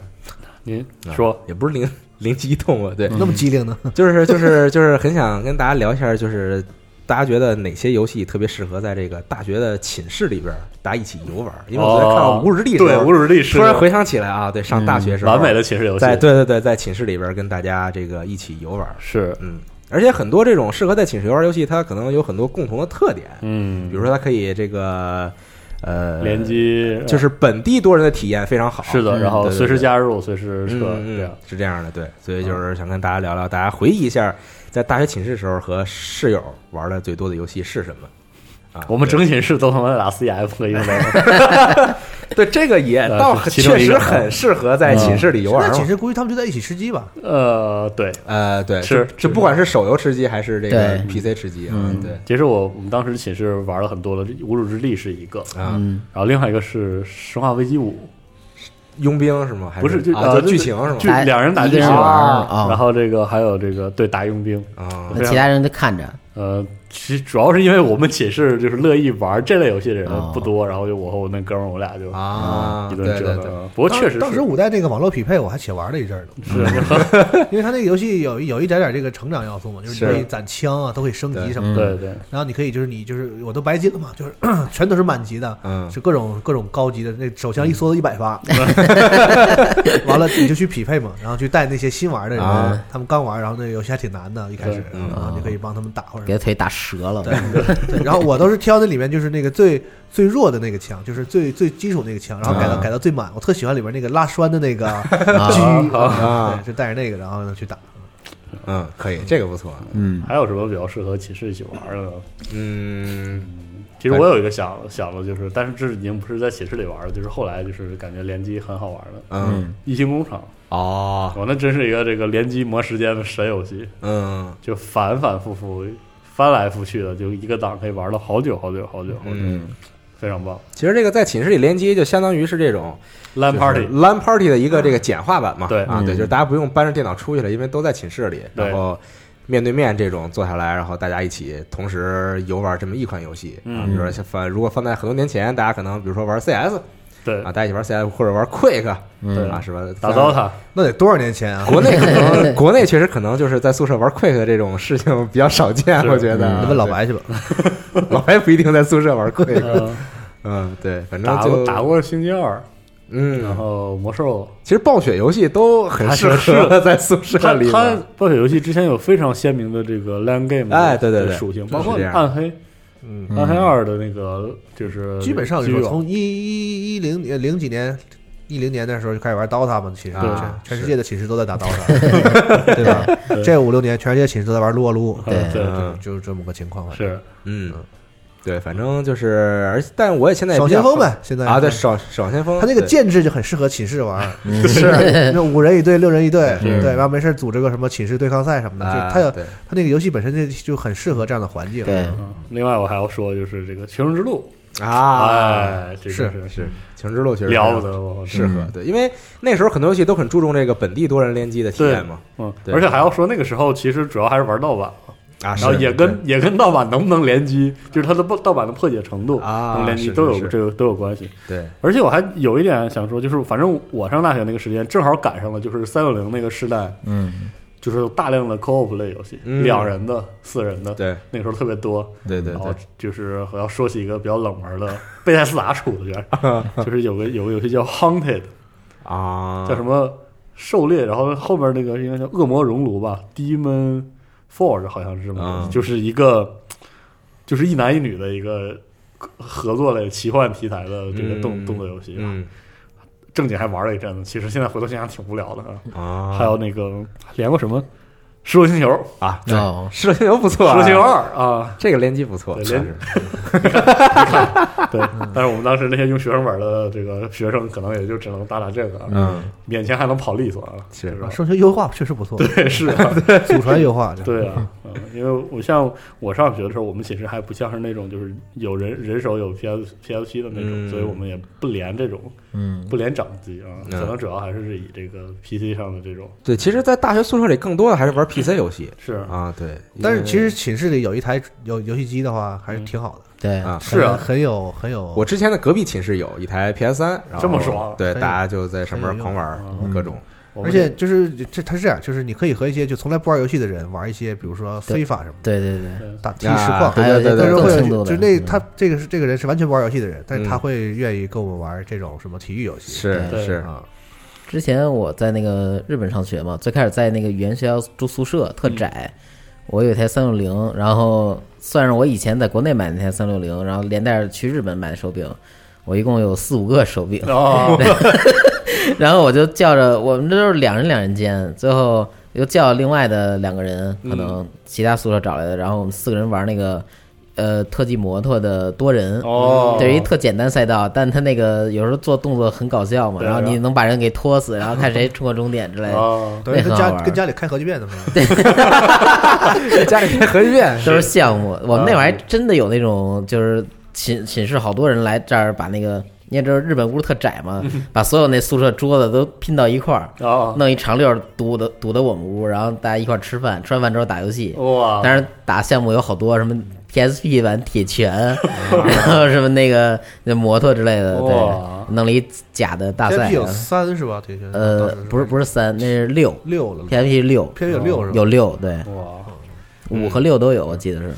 Speaker 4: 您
Speaker 1: 啊
Speaker 4: 说，
Speaker 1: 也不是灵灵机一动吧？
Speaker 4: 嗯
Speaker 1: 对，
Speaker 3: 那么机灵呢，
Speaker 1: 就是就是就是很想跟大家聊一下，就是大家觉得哪些游戏特别适合在这个大学的寝室里边儿大家一起游玩儿？因为我昨天看到
Speaker 4: 哦
Speaker 1: 《无日历》的时
Speaker 4: 对，
Speaker 1: 候
Speaker 4: 无日历是
Speaker 1: 突然回想起来啊，对，上大学时候
Speaker 4: 完美的寝室游戏，
Speaker 1: 在对对对，在寝室里边儿跟大家这个一起游玩儿，
Speaker 4: 是，
Speaker 1: 嗯。而且很多这种适合在寝室游玩儿游戏，它可能有很多共同的特点，
Speaker 4: 嗯，
Speaker 1: 比如说它可以这个，呃，
Speaker 4: 联机
Speaker 1: 就是本地多人的体验非常好。
Speaker 4: 是的，
Speaker 2: 嗯
Speaker 4: 然后
Speaker 1: 对对
Speaker 4: 随时
Speaker 1: 对
Speaker 4: 加入，随时撤，
Speaker 1: 嗯
Speaker 4: 这样
Speaker 1: 嗯，是这样嗯的，对，所以就是想跟大家聊聊，大家回忆一下在大学寝室时候和室友玩的最多的游戏是什么。啊，
Speaker 4: 我们
Speaker 1: 对
Speaker 4: 整寝室都他妈打 CF 和英雄联盟，
Speaker 1: 对这个也
Speaker 4: 呃
Speaker 1: 倒
Speaker 4: 是其中
Speaker 1: 确
Speaker 4: 一
Speaker 1: 实
Speaker 4: 个
Speaker 1: 很适合在寝室里游玩
Speaker 3: 那寝
Speaker 1: 嘛。
Speaker 3: 室估计他们就在一起吃鸡吧，
Speaker 4: 呃，对，
Speaker 1: 呃，对，
Speaker 4: 是
Speaker 1: 就就是不管是手游吃鸡还是这个
Speaker 2: 对
Speaker 1: PC 吃鸡，啊
Speaker 2: 嗯
Speaker 1: 对，
Speaker 4: 其实我我们当时寝室玩了很多了，《无主之地》是一个，
Speaker 1: 啊，
Speaker 2: 嗯
Speaker 4: 然后另外一个是《生化危机五
Speaker 1: 佣兵是吗？还
Speaker 4: 不是就
Speaker 1: 啊，
Speaker 4: 呃
Speaker 1: 就剧情是吗
Speaker 4: 剧？
Speaker 2: 打
Speaker 4: 两人打
Speaker 2: 一个
Speaker 4: 剧
Speaker 2: 人
Speaker 4: 情
Speaker 2: 玩儿
Speaker 1: 啊
Speaker 2: 啊》，
Speaker 4: 然，后这个还有这个对打佣兵，
Speaker 1: 啊
Speaker 4: 对，
Speaker 2: 那其他人就看着，
Speaker 4: 呃，其实主要是因为我们寝室就是乐意玩这类游戏的人
Speaker 2: 哦
Speaker 4: 不多，然后就我和我那哥们儿我俩就
Speaker 1: 啊，
Speaker 4: 一
Speaker 1: 对
Speaker 4: 顿折
Speaker 1: 对
Speaker 4: 腾。
Speaker 1: 对，
Speaker 4: 不过哦确实
Speaker 3: 当
Speaker 4: 是
Speaker 3: 时五代那个网络匹配我还且玩了一阵儿呢，
Speaker 4: 是，
Speaker 3: 因为它那个游戏有有一点点这个成长要素嘛，就是
Speaker 1: 是
Speaker 3: 你可以攒枪啊，都可以升级什么的，
Speaker 4: 对对，
Speaker 3: 然后你可以就是你就是我都白金了嘛，就是 全都是满级的，
Speaker 1: 嗯
Speaker 3: 是各种各种高级的，那手枪一梭子一百 发，完了你就去匹配嘛，然后去带那些新玩的人，
Speaker 1: 啊
Speaker 3: 他们刚玩，然后那个游戏还挺难的，一开始
Speaker 4: 对，
Speaker 1: 嗯
Speaker 3: 然后你可以帮他们打或者
Speaker 2: 给他腿打折 了，
Speaker 3: 对，然后我都是挑那里面就是那个最最弱的那个枪，就是最最基础那个枪，然后改到
Speaker 1: 啊
Speaker 3: 改到最满，我特喜欢里边那个拉栓的那个
Speaker 2: 啊
Speaker 3: 狙，
Speaker 1: 啊
Speaker 3: 对，就带着那个然后呢去打。
Speaker 1: 嗯，可以，这个不错，
Speaker 2: 嗯
Speaker 4: 还有什么比较适合寝室一起玩的呢？
Speaker 1: 嗯
Speaker 4: 其实我有一个想想的就是，但是这已经不是在寝室里玩了，就是后来就是感觉联机很好玩的
Speaker 1: 嗯
Speaker 2: 嗯，
Speaker 4: 异形工厂，
Speaker 1: 哦，
Speaker 4: 我那真是一个这个联机磨时间的神游戏，
Speaker 1: 嗯
Speaker 4: 就反反复复、翻来覆去的，就一个档可以玩了好久好久好久，好久，
Speaker 1: 嗯。
Speaker 4: 非常棒。
Speaker 1: 其实这个在寝室里联机，就相当于是这种
Speaker 4: LAN party，
Speaker 1: LAN party 的一个这个简化版嘛。
Speaker 4: 对
Speaker 1: 啊，对，
Speaker 2: 嗯
Speaker 1: 就是大家不用搬着电脑出去了，因为都在寝室里，
Speaker 4: 对
Speaker 1: 然后面对面这种坐下来，然后大家一起同时游玩这么一款游戏。
Speaker 4: 嗯
Speaker 1: 啊比如说像放，如果放在很多年前，大家可能比如说玩 CS
Speaker 4: 对
Speaker 1: 啊，大家一起玩 CS 或者玩 Quick
Speaker 4: 对
Speaker 1: 啊，是吧？
Speaker 4: 打
Speaker 1: 当
Speaker 4: 糟
Speaker 1: 然。
Speaker 4: 蹋，
Speaker 3: 那得多少年前啊？
Speaker 1: 国内可能 国内确实可能就是在宿舍玩 Quick 这种事情比较少见，
Speaker 4: 是
Speaker 1: 我觉得。
Speaker 2: 嗯
Speaker 3: 你问老，白去吧。
Speaker 1: 老白不一定在宿舍玩 Quick。
Speaker 4: 嗯
Speaker 1: 嗯，对，反正
Speaker 4: 打
Speaker 1: 就
Speaker 4: 过打，过星际二，
Speaker 1: 嗯，
Speaker 4: 然后魔兽，
Speaker 1: 其实暴雪游戏都很适合 在宿舍
Speaker 4: 它
Speaker 1: 里
Speaker 4: 它
Speaker 1: 玩。
Speaker 4: 暴雪游戏之前有非常鲜明的这个 LAN game 的
Speaker 1: 哎对对对
Speaker 4: 属性，
Speaker 1: 是
Speaker 4: 包括
Speaker 1: 这样
Speaker 4: 暗黑
Speaker 3: 嗯，
Speaker 4: 暗黑二的那个就是
Speaker 3: 基本上
Speaker 4: 基
Speaker 3: 就是
Speaker 4: 友
Speaker 1: 啊
Speaker 3: 从一一一零年零几年。一零年那时候就开始玩 DOTA 嘛，寝室
Speaker 1: 对啊
Speaker 3: 全全
Speaker 1: 是
Speaker 3: 世界的寝室都在 打 DOTA，对吧？这五六年，全世界寝室都在玩撸啊撸，
Speaker 2: 对
Speaker 4: 呃对
Speaker 1: 嗯
Speaker 3: 就是这么个情况吧。
Speaker 4: 是
Speaker 1: 嗯，对，反正就是，而但我也现在也
Speaker 3: 爽
Speaker 1: 比较
Speaker 3: 先锋
Speaker 1: 好
Speaker 3: 呗，现在
Speaker 1: 啊，对，爽爽先锋，
Speaker 3: 他那个
Speaker 1: 对
Speaker 3: 建制就很适合寝室玩儿，
Speaker 2: 是
Speaker 3: 那五人一队、六人一队，
Speaker 1: 是
Speaker 3: 对，然后没事儿组织个什么寝室对抗赛什么的，
Speaker 1: 啊，
Speaker 3: 就他有
Speaker 1: 对
Speaker 3: 他那个游戏本身就就很适合这样的环境。
Speaker 2: 对，
Speaker 4: 嗯另外我还要说就是这个《求生之路》，
Speaker 1: 啊，
Speaker 4: 哎，这个
Speaker 3: 是
Speaker 4: 是
Speaker 1: 是情之路确实
Speaker 4: 了不得，我
Speaker 1: 适合
Speaker 2: 嗯
Speaker 1: 对，因为那时候很多游戏都很注重这个本地多人联机的体
Speaker 4: 对
Speaker 1: 验嘛，
Speaker 4: 嗯，
Speaker 1: 对
Speaker 4: 而且还要说那个时候其实主要还是玩盗版，
Speaker 1: 啊，
Speaker 4: 然后
Speaker 1: 是
Speaker 4: 也
Speaker 1: 对
Speaker 4: 跟也跟盗版能不能联机，就是它的不盗版的破解程度
Speaker 1: 啊
Speaker 4: 能联
Speaker 1: 是
Speaker 4: 机
Speaker 1: 是
Speaker 4: 都有
Speaker 1: 是
Speaker 4: 这个都有关系。
Speaker 1: 对
Speaker 4: 而且我还有一点想说，就是反正我上大学那个时间正好赶上了，就是三六零那个时代，
Speaker 2: 嗯，
Speaker 4: 就是有大量的 co-op 类游戏，
Speaker 1: 嗯
Speaker 4: 两人的、四人的，
Speaker 1: 对
Speaker 4: 那个时候特别多。
Speaker 1: 对对
Speaker 4: 然后
Speaker 1: 对，
Speaker 4: 就是我要说起一个比较冷门的贝塞斯达出的，原 来就是有个有个游戏叫 Haunted，
Speaker 1: 啊，
Speaker 4: 叫什么狩猎，然后后面那个应该叫恶魔熔炉吧，Demon Forge 好像是这么个游戏，
Speaker 1: 嗯
Speaker 4: 就是一个就是一男一女的一个合作类奇幻题材的这个动、
Speaker 1: 嗯
Speaker 4: 动作游戏，啊
Speaker 1: 嗯
Speaker 4: 正经还玩了一阵子。其实现在回头想想挺无聊的啊。
Speaker 1: 啊，
Speaker 4: 还有那个连过什么《失落星球》《
Speaker 1: 啊，对，
Speaker 2: 哦，
Speaker 1: 石头星球不错
Speaker 4: 失
Speaker 1: 啊，
Speaker 4: 落星球二》啊，
Speaker 1: 这个联机不错，
Speaker 4: 对
Speaker 1: 算
Speaker 4: 联
Speaker 1: 是
Speaker 4: 对。啊但是我们当时那些用学生玩的这个学生，可能也就只能打打这个啊，
Speaker 1: 嗯，
Speaker 4: 勉强还能跑利索 啊。
Speaker 1: 是
Speaker 4: 就
Speaker 3: 啊生学优化确实不错，
Speaker 4: 对，是啊，
Speaker 3: 祖传优化。
Speaker 4: 对啊，嗯，因为我像我上学的时候，我们寝室还不像是那种就是有人人手有 PS PSP 的那种，
Speaker 1: 嗯
Speaker 4: 所以我们也不连这种
Speaker 2: 嗯，
Speaker 4: 不连掌机啊，
Speaker 1: 嗯
Speaker 4: 可能主要还是以这个 PC 上的这种
Speaker 1: 对，其实，在大学宿舍里更多的还是玩 PC 游戏
Speaker 4: 是
Speaker 1: 啊，对，
Speaker 3: 但是
Speaker 1: 因为
Speaker 3: 其实寝室里有一台游游戏机的话，还是挺好的，
Speaker 2: 对，
Speaker 1: 啊，
Speaker 4: 是啊
Speaker 3: 很很有很有。
Speaker 1: 我之前的隔壁寝室有一台 PS 三，
Speaker 4: 这么爽
Speaker 1: 对，
Speaker 3: 可以
Speaker 1: 大家就在上面
Speaker 3: 可以
Speaker 1: 狂玩
Speaker 4: 嗯
Speaker 1: 各种
Speaker 4: 我
Speaker 3: 而
Speaker 4: 们
Speaker 3: 且就是这，它是这样，就是你可以和一些就从来不玩游戏的人玩一些，比如说
Speaker 2: 对
Speaker 3: 非法什么
Speaker 2: 对对对，
Speaker 3: 的，打踢
Speaker 1: 啊
Speaker 3: 实况，
Speaker 2: 还有
Speaker 1: 对对对
Speaker 3: 但是
Speaker 1: 对
Speaker 2: 更
Speaker 3: 会
Speaker 2: 深度的，
Speaker 3: 就那
Speaker 2: 嗯
Speaker 3: 他这个是这个人是完全不玩游戏的人，但是他
Speaker 1: 嗯
Speaker 3: 会愿意跟我们玩这种什么体育游戏，
Speaker 1: 是
Speaker 4: 对
Speaker 1: 是
Speaker 3: 啊，
Speaker 2: 之前我在那个日本上学嘛，最开始在那个语言学校住宿舍，特
Speaker 1: 嗯
Speaker 2: 窄。我有一台三六零，然后算上我以前在国内买那台三六零，然后连带着去日本买的手柄，我一共有四五个手柄。
Speaker 4: 哦，
Speaker 2: 然后我就叫着我们这都是两人两人间，最后又叫另外的两个人，可
Speaker 4: 嗯
Speaker 2: 能其他宿舍找来的，然后我们四个人玩那个呃特技摩托的多人
Speaker 4: 哦
Speaker 2: 对于特简单赛道，但他那个有时候做动作很搞笑嘛，
Speaker 4: 对啊
Speaker 2: 然后你能把人给拖死，然后看谁冲过终点之类的，
Speaker 4: 哦，
Speaker 3: 等于
Speaker 2: 那
Speaker 3: 跟
Speaker 2: 很好
Speaker 3: 家
Speaker 2: 玩
Speaker 3: 跟家里开核聚变那么样。
Speaker 1: 家里开核聚变，
Speaker 2: 都是项目。我们那会儿
Speaker 4: 啊
Speaker 2: 还真的有那种就是寝寝室好多人来这儿把那个。你也知道日本屋特窄 嘛，把所有那宿舍桌子都拼到一块儿，
Speaker 4: 哦，
Speaker 2: 弄一长溜儿堵的堵的我们屋，然后大家一块儿吃饭，吃完饭之后打游戏。
Speaker 4: 哇，
Speaker 2: 当然打项目有好多，什么 PSP 版铁拳，然后 什么那个那摩托之类的，
Speaker 4: 哦哇
Speaker 2: 对，弄了一假的大
Speaker 3: PSP
Speaker 2: 赛。啊
Speaker 3: 有三是吧？铁拳
Speaker 2: 呃，不是不是三，那是六
Speaker 3: 是六了
Speaker 2: ，PSP 六
Speaker 3: ，PSP 有六是吧？
Speaker 2: 有六，对，
Speaker 4: 哇，嗯
Speaker 2: 五和六都有，我记得是。
Speaker 4: 哦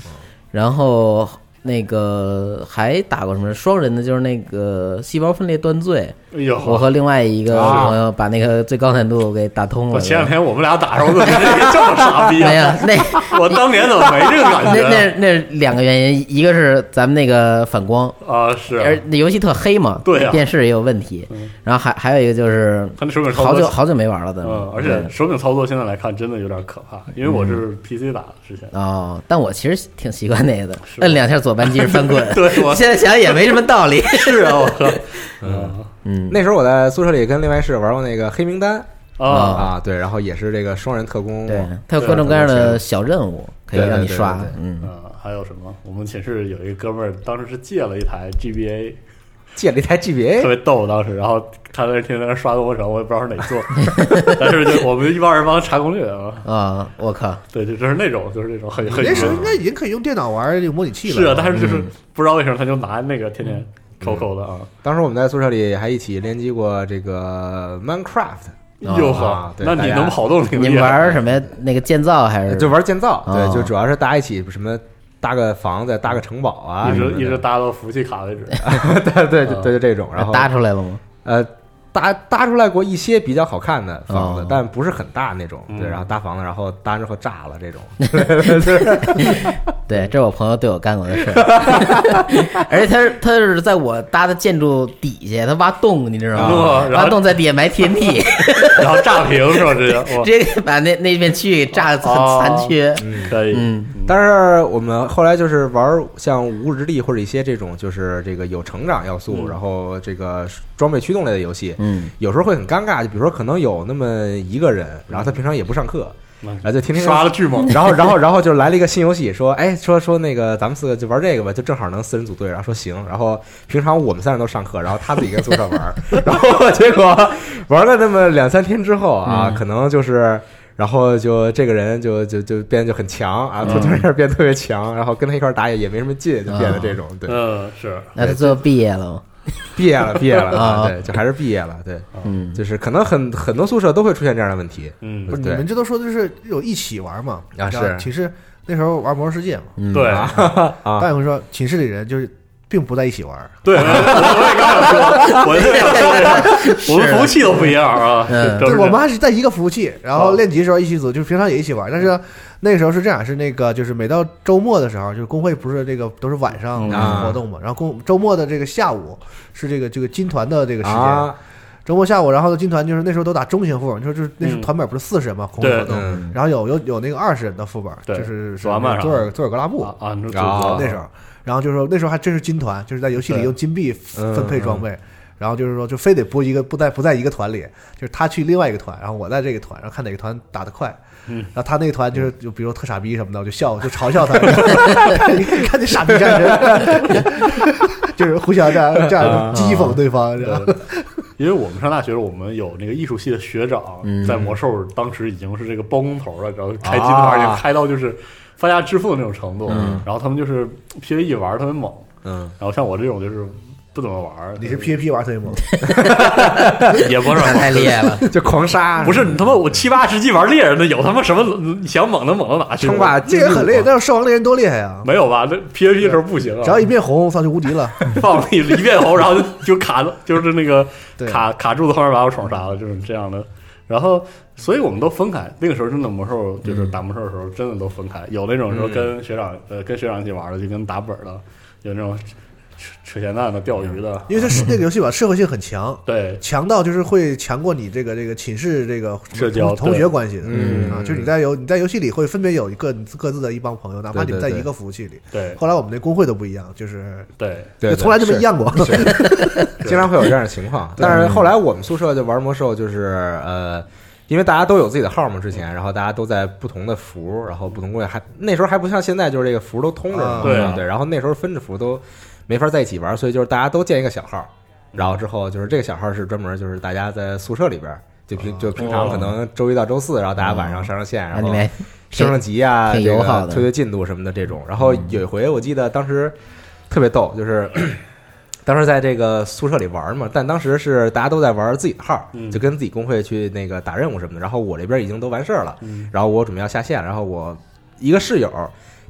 Speaker 2: 然后那个还打过什么双人的，就是那个细胞分裂断罪，
Speaker 4: 哎呦，
Speaker 2: 我和另外一个
Speaker 1: 啊
Speaker 2: 朋友把那个最高难度给打通
Speaker 4: 我
Speaker 2: 了。
Speaker 4: 前两天我们俩打着，我怎么这么傻逼
Speaker 2: 没 有
Speaker 4: 啊？
Speaker 2: 那。
Speaker 4: 我当年怎么没这个感
Speaker 2: 那
Speaker 4: 觉啊
Speaker 2: 那那两个原因，一个是咱们那个反光，
Speaker 4: 啊？是
Speaker 2: 而那游戏特黑嘛，
Speaker 4: 对啊
Speaker 2: 电视也有问题
Speaker 4: 嗯。
Speaker 2: 然后还还有一个就是
Speaker 4: 他那手柄操
Speaker 2: 好久
Speaker 4: 作，
Speaker 2: 好久没玩了的，
Speaker 4: 嗯，而
Speaker 2: 对
Speaker 4: 且手柄操作现在来看真的有点可怕，因为我是 PC 打的之前。
Speaker 2: 哦，但我其实挺习惯那个的，
Speaker 4: 是吧。
Speaker 2: 摁两下左扳机是翻滚
Speaker 4: 对我
Speaker 2: 现在想也没什么 道理。
Speaker 4: 是啊，我靠，嗯
Speaker 2: 嗯，
Speaker 1: 那时候我在宿舍里跟另外室友玩过那个黑名单
Speaker 4: 啊，
Speaker 1: 啊，对，然后也是这个双人特工，
Speaker 2: 对，
Speaker 4: 嗯
Speaker 2: 它有各种各样的小任务可以
Speaker 1: 对对
Speaker 2: 让你
Speaker 1: 对
Speaker 2: 刷
Speaker 1: 对对。
Speaker 2: 嗯，
Speaker 4: 嗯，还有什么？我们寝室有一个哥们儿，当时是借了一台 GBA，
Speaker 1: 借了一台
Speaker 4: 特
Speaker 1: GBA，
Speaker 4: 别逗。当时，然后他在那天天在那刷恶魔城，我也不知道是哪座， 但是就我们一帮人帮他查攻略啊，
Speaker 2: 啊，我靠，
Speaker 4: 对，就就是那种，就是那种很很嗯
Speaker 3: 那时候应该已经可以用电脑玩这个模拟器了。
Speaker 4: 是啊，但是就是不知道为什么他就拿那个天天抠抠的啊，
Speaker 1: 当时我们在宿舍里还一起联机过这个 Minecraft，
Speaker 4: 哟呵
Speaker 1: 啊，对
Speaker 4: 那你
Speaker 1: 大家
Speaker 4: 能跑动挺
Speaker 2: 你
Speaker 4: 厉
Speaker 2: 们
Speaker 4: 害
Speaker 2: 玩什么呀？那个建造还是
Speaker 1: 就玩建
Speaker 4: 啊
Speaker 1: 造，
Speaker 2: 哦
Speaker 1: 对，就主要是大家一起什么搭个房子、搭个城堡啊
Speaker 4: 一
Speaker 1: 什么
Speaker 4: 直啊
Speaker 1: 的，
Speaker 4: 一直搭到服务器卡为止。
Speaker 1: 对对对对，就这种，然后
Speaker 2: 搭出来了吗？
Speaker 1: 呃，搭搭出来过一些比较好看的房子，
Speaker 2: 哦
Speaker 1: 但不是很大那种。对，
Speaker 4: 嗯
Speaker 1: 然后搭房子，然后搭完之后炸了这种。
Speaker 2: 对，这是我朋友对我干过的事儿， 而且他是他是在我搭的建筑底下，他挖洞，你知道
Speaker 4: 哇
Speaker 2: 吗？
Speaker 4: 啊然后
Speaker 2: 挖洞在底下埋 TNT，
Speaker 4: 然后炸屏是吧？直 接哇
Speaker 2: 直接把那那片区域给炸得残
Speaker 4: 哦
Speaker 2: 残缺。
Speaker 4: 可以，
Speaker 2: 嗯，
Speaker 1: 但是我们后来就是玩像无日之力或者一些这种就是这个有成长要素，
Speaker 4: 嗯
Speaker 1: 然后这个装备驱动类的游戏，
Speaker 2: 嗯，
Speaker 1: 有时候会很尴尬。就比如说可能有那么一个人，然后他平常也不上课，
Speaker 4: 嗯
Speaker 1: 然后就天天
Speaker 4: 刷了巨猛，
Speaker 1: 哦然后，然后，然后就来了一个新游戏，说，哎，说说那个咱们四个就玩这个吧，就正好能四人组队。然后说行，然后平常我们三人都上课，然后他自己跟宿舍玩儿， 然后结果玩了那么两三天之后
Speaker 3: 嗯
Speaker 1: 啊，可能就是。然后就这个人就就就变得就很强啊，突然一下变得特别强，然后跟他一块儿打也也没什么劲，就变得这种对，
Speaker 4: 嗯，是
Speaker 2: 那他最后毕业了吗？
Speaker 1: 毕业了毕业
Speaker 3: 嗯
Speaker 1: 了啊，
Speaker 2: 啊
Speaker 1: 对，就还是毕业了，对，
Speaker 2: 嗯，
Speaker 1: 就是可能很很多宿舍都会出现这样的问题，
Speaker 4: 嗯
Speaker 3: 不是你
Speaker 1: 对
Speaker 3: 们这都说的是有一起玩嘛？
Speaker 1: 啊
Speaker 3: 然后
Speaker 1: 是
Speaker 3: 寝室那时候玩魔兽世界嘛，
Speaker 2: 嗯
Speaker 4: 对
Speaker 1: 啊
Speaker 3: 大勇说寝室里人就是并不在一起玩，
Speaker 4: 对，我我也刚想说，我也 想说这事儿，我们服务器都不一样啊，
Speaker 2: 嗯
Speaker 4: 都
Speaker 3: 对，
Speaker 4: 是
Speaker 3: 我们还是在一个服务器，然后
Speaker 4: 哦嗯
Speaker 3: 练级的时候一起组，就是平常也一起玩。但是那个时候是这样，是那个就是每到周末的时候，就是工会不是这个都是晚上
Speaker 2: 嗯
Speaker 1: 啊
Speaker 3: 活动嘛，然后工周末的这个下午是这个这个金团的这个时间，
Speaker 1: 啊，
Speaker 3: 周末下午，然后呢金团就是那时候都打中型副本，就是就是那时候
Speaker 4: 嗯
Speaker 3: 团本不是四十人嘛，工
Speaker 4: 对
Speaker 3: 会活动，
Speaker 1: 嗯
Speaker 3: 然后有有有那个二十人的副本，就
Speaker 4: 对
Speaker 3: 是是
Speaker 4: 索阿曼
Speaker 3: 佐尔佐尔格拉布
Speaker 4: 啊啊，你说
Speaker 1: 啊
Speaker 3: 那时候，然后就是说那时候还真是金团，就是在游戏里
Speaker 4: 对
Speaker 3: 用金币
Speaker 1: 嗯
Speaker 3: 分配装备，然后就是说就非得播一个不在不在一个团里，就是他去另外一个团，然后我在这个团，然后看哪个团打得快，
Speaker 4: 嗯
Speaker 3: 然后他那个团就是就比如说特傻逼什么的，我就笑就嘲笑他， 你看你傻逼战神， 就是互相这样这
Speaker 1: 嗯
Speaker 3: 样讥讽对方，然后
Speaker 4: 对，因为我们上大学，我们有那个艺术系的学长，在魔兽当时已经是这个包工头了，然后开金
Speaker 1: 啊
Speaker 4: 牌已经开到就是发家致富那种程度。然后他们就是 PVE 一玩儿特别猛，
Speaker 1: 嗯，
Speaker 4: 然后像我这种就是不怎么玩儿，
Speaker 3: 你是 E？PVP 玩特别猛，
Speaker 1: 啊
Speaker 4: 也不是
Speaker 2: 那太厉害了，
Speaker 1: 就狂杀，
Speaker 4: 不是你他妈我七八十级玩猎人的，有他妈什么你想猛能猛到哪去？
Speaker 1: 称霸
Speaker 3: 这
Speaker 1: 竞
Speaker 3: 也
Speaker 1: 技
Speaker 3: 很
Speaker 1: 嘛
Speaker 3: 厉害，但是兽王猎人多厉害啊！
Speaker 1: 嗯
Speaker 4: 没有吧？那 PVP 的时候不行啊，
Speaker 3: 只要一变红，操就无敌了。
Speaker 4: 放了一一遍红，然后就就卡了，就是那个
Speaker 3: 对
Speaker 4: 卡卡住的后面把我宠杀了，就是这样的。然后，所以我们都分开。那个时候真的魔兽，就是打魔兽的时候，真的都分开。有那种说跟学长、呃跟学长一起玩的，就跟打本的；有那种扯扯闲蛋的、钓鱼的。
Speaker 3: 因为它是那个游戏吧，社会性很强，
Speaker 4: 对
Speaker 3: 强到就是会强过你这个这个寝室这个
Speaker 4: 社交
Speaker 3: 同同学关系的，
Speaker 1: 嗯
Speaker 3: 啊，就是你在游你在游戏里会分别有一个你各自的一帮朋友，哪
Speaker 1: 对
Speaker 3: 怕你
Speaker 1: 对
Speaker 3: 们在
Speaker 1: 对
Speaker 3: 一个服务器里。
Speaker 4: 对
Speaker 3: 后来我们那工会都不一样，就是
Speaker 4: 对，
Speaker 1: 对，
Speaker 3: 就
Speaker 1: 对
Speaker 3: 从来就没
Speaker 1: 是
Speaker 3: 一样过。
Speaker 1: 经常会有这样的情况。 但是后来我们宿舍就玩魔兽，就是呃，因为大家都有自己的号嘛，之前，然后大家都在不同的服，然后不同工会，还那时候还不像现在，就是这个服都通着呢
Speaker 3: 啊，
Speaker 4: 对啊
Speaker 1: 对，然后那时候分着服都没法在一起玩，所以就是大家都建一个小号，然后之后就是这个小号是专门就是大家在宿舍里边。就平就平
Speaker 4: 哦
Speaker 1: 常可能周一到周四，然后大家晚上上上线，
Speaker 2: 啊那
Speaker 1: 然
Speaker 2: 啊你
Speaker 1: 后
Speaker 2: 们
Speaker 1: 升升级啊，
Speaker 2: 挺
Speaker 1: 这
Speaker 2: 友
Speaker 1: 个
Speaker 2: 好的嗯
Speaker 1: 推推进度什么的这种。然后有一回我记得当时特别逗，就是 当时在这个宿舍里玩嘛，但当时是大家都在玩自己的号，
Speaker 4: 嗯
Speaker 1: 就跟自己工会去那个打任务什么的。然后我这边已经都完事儿了，
Speaker 4: 嗯
Speaker 1: 然后我准备要下线，然后我一个室友，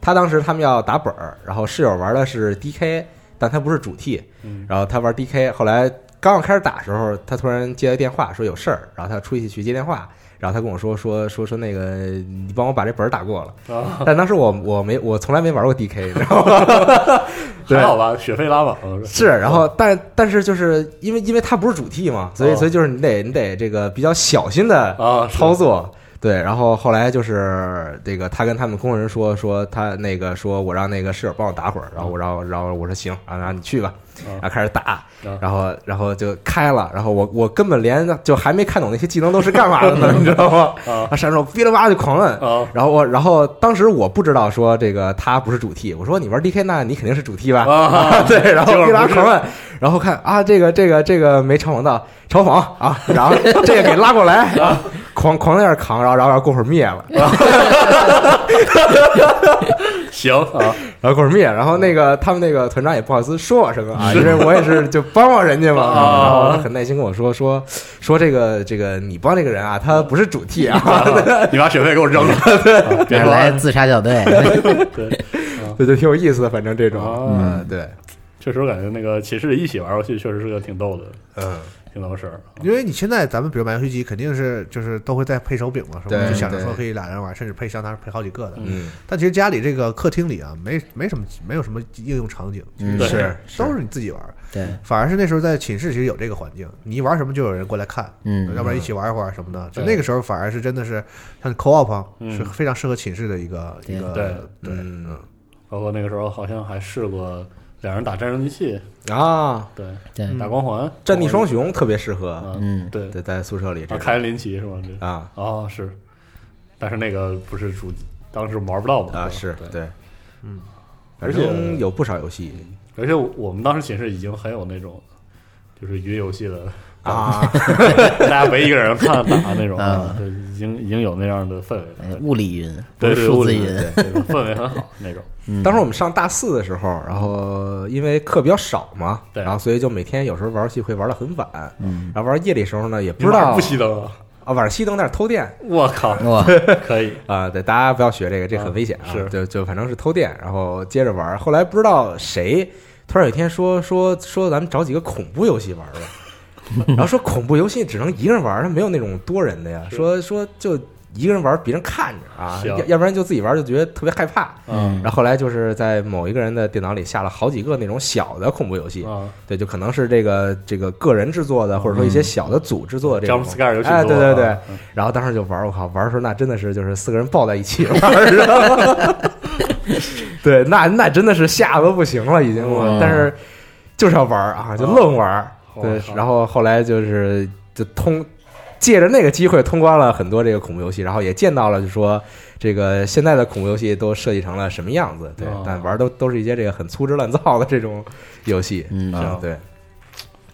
Speaker 1: 他当时他们要打本儿，然后室友玩的是 DK，但他不是主 T，
Speaker 4: 嗯
Speaker 1: 然后他玩 DK，后来刚要开始打的时候，他突然接了电话说有事儿，然后他出去去接电话，然后他跟我说说说说那个你帮我把这本儿打过了，
Speaker 4: 啊，
Speaker 1: 但当时我我没我从来没玩过 DK，然后对
Speaker 4: 还好吧，雪费拉满了
Speaker 1: 是，然后但但是就是因为因为它不是主 T 嘛，所以
Speaker 4: 哦
Speaker 1: 所以就是你得你得这个比较小心的
Speaker 4: 啊，是
Speaker 1: 操作。对，然后后来就是这个，他跟他们工人说说他那个说我让那个室友帮我打会儿，然后我然后然后我说行，然后然后你去吧，然后开始打，然后然后就开了，然后我我根本连就还没看懂那些技能都是干嘛的呢，你知道吗？
Speaker 4: 啊
Speaker 1: 啊，闪手哔哩吧啦就狂摁，
Speaker 4: 啊
Speaker 1: 然后我然后当时我不知道说这个他不是主 T，我说你玩 DK 那你肯定是主 T 吧？
Speaker 4: 啊，
Speaker 1: 对，然后
Speaker 4: 结
Speaker 1: 哔
Speaker 4: 果
Speaker 1: 哩吧啦
Speaker 4: 不是
Speaker 1: 狂摁，然后看啊，这个这个这个没嘲讽到，嘲讽啊，然 后这个给拉过来，啊、狂狂在那儿扛，然后然后然后过会儿灭了，
Speaker 4: 行啊，
Speaker 1: 然后过会儿灭，然后那个他们那个团长也不好意思说我什么啊，因为我也是就帮帮人家嘛，
Speaker 4: 啊
Speaker 1: 然后他很耐心跟我说说说这个这个你帮这个人啊，他不是主 T 啊，
Speaker 4: 你把雪费给我扔了，啊别
Speaker 2: 哪儿
Speaker 4: 说
Speaker 2: 来
Speaker 4: 了，
Speaker 2: 自杀小队？
Speaker 4: 对，
Speaker 1: 对，就挺有意思的，反正这种，
Speaker 4: 啊
Speaker 1: 嗯，对，
Speaker 4: 确实我感觉那个寝室里一起玩游戏确实是个挺逗的，
Speaker 1: 嗯，
Speaker 4: 挺挺闹事儿。
Speaker 3: 因为你现在咱们比如买游戏机，肯定是就是都会带配手柄嘛，是吧？
Speaker 1: 对
Speaker 3: 就想着说
Speaker 1: 对
Speaker 3: 可以俩人玩，甚至配相当于配好几个的。
Speaker 1: 嗯，
Speaker 3: 但其实家里这个客厅里啊，没没什么没有什么应用场景，
Speaker 2: 嗯
Speaker 3: 其实
Speaker 1: 是是
Speaker 3: 都是你自己玩。
Speaker 2: 对，
Speaker 3: 反而是那时候在寝室其实有这个环境，你一玩什么就有人过来看，
Speaker 2: 嗯
Speaker 3: 要不然一起玩一会儿什么的。就
Speaker 4: 对
Speaker 3: 那个时候反而是真的是像 co-op 啊
Speaker 4: 嗯
Speaker 3: 是非常适合寝室的一个
Speaker 2: 对
Speaker 3: 一个
Speaker 4: 对
Speaker 3: 对
Speaker 1: 嗯
Speaker 3: 嗯
Speaker 4: 包括那个时候好像还试过两人打战争机器，
Speaker 1: 啊，
Speaker 4: 对，
Speaker 2: 对，
Speaker 4: 打光环，
Speaker 1: 战地双雄特别适合，
Speaker 4: 啊，
Speaker 2: 嗯，
Speaker 4: 对，
Speaker 1: 对，在宿舍里这个
Speaker 4: 啊，凯恩林奇是吗？这
Speaker 1: 啊
Speaker 4: 哦是，但是那个不是主，当时玩不到嘛
Speaker 1: 啊是
Speaker 4: 对，
Speaker 1: 对，
Speaker 3: 嗯，
Speaker 1: 反正有不少游戏
Speaker 4: 而且我们当时寝室已经很有那种就是云游戏的，
Speaker 1: 啊，
Speaker 4: 大家围一个人看打那种，
Speaker 2: 啊
Speaker 4: 对，已经已经有那样的氛围了
Speaker 2: 哎，物理云，
Speaker 4: 对对
Speaker 2: 不是数
Speaker 4: 物
Speaker 2: 字
Speaker 4: 理
Speaker 2: 云
Speaker 4: 云，对氛围很好那种。
Speaker 2: 嗯
Speaker 1: 当时我们上大四的时候，然后因为课比较少嘛，
Speaker 4: 对
Speaker 1: 然后所以就每天有时候玩游戏会玩到很晚，
Speaker 2: 嗯，
Speaker 1: 然后玩夜里时候呢也不
Speaker 4: 你
Speaker 1: 知
Speaker 4: 晚上
Speaker 1: 道
Speaker 4: 不熄灯啊？
Speaker 1: 啊，晚上熄灯在那儿偷电
Speaker 4: 我靠，
Speaker 2: 哇，
Speaker 4: 可以，
Speaker 1: 啊、对，大家不要学这个，这很危险啊，
Speaker 4: 啊是
Speaker 1: 就就反正是偷电，然后接着玩。后来不知道谁突然有一天说说说咱们找几个恐怖游戏玩 吧，然后说恐怖游戏只能一个人玩，它没有那种多人的呀，
Speaker 4: 是
Speaker 1: 说说就一个人玩，别人看着啊，
Speaker 4: 行
Speaker 1: 要要不然就自己玩就觉得特别害怕。
Speaker 4: 嗯
Speaker 1: 然后后来就是在某一个人的电脑里下了好几个那种小的恐怖游戏，
Speaker 4: 啊
Speaker 1: 对，就可能是这个这个个人制作的，或者说一
Speaker 4: 嗯
Speaker 1: 些小的组制作的这种
Speaker 4: ，Jump。Scare 游戏
Speaker 1: 哎，
Speaker 4: 多
Speaker 1: 对
Speaker 4: 啊
Speaker 1: 对对，，然后当时就玩儿，我靠，玩儿的时候那真的是就是四个人抱在一起玩儿，知道吗 对，那那真的是吓得不行了，已经我，
Speaker 2: 嗯
Speaker 1: 但是就是要玩儿啊，就愣玩儿。
Speaker 4: 嗯
Speaker 1: 对
Speaker 4: 我，靠
Speaker 1: 然后后来就是就通。借着那个机会通关了很多这个恐怖游戏，然后也见到了，就说这个现在的恐怖游戏都设计成了什么样子，对
Speaker 4: 哦，
Speaker 1: 但玩儿都都是一些这个很粗制滥造的这种游戏，
Speaker 4: 哦
Speaker 2: 嗯
Speaker 1: 啊
Speaker 4: 行，
Speaker 1: 对，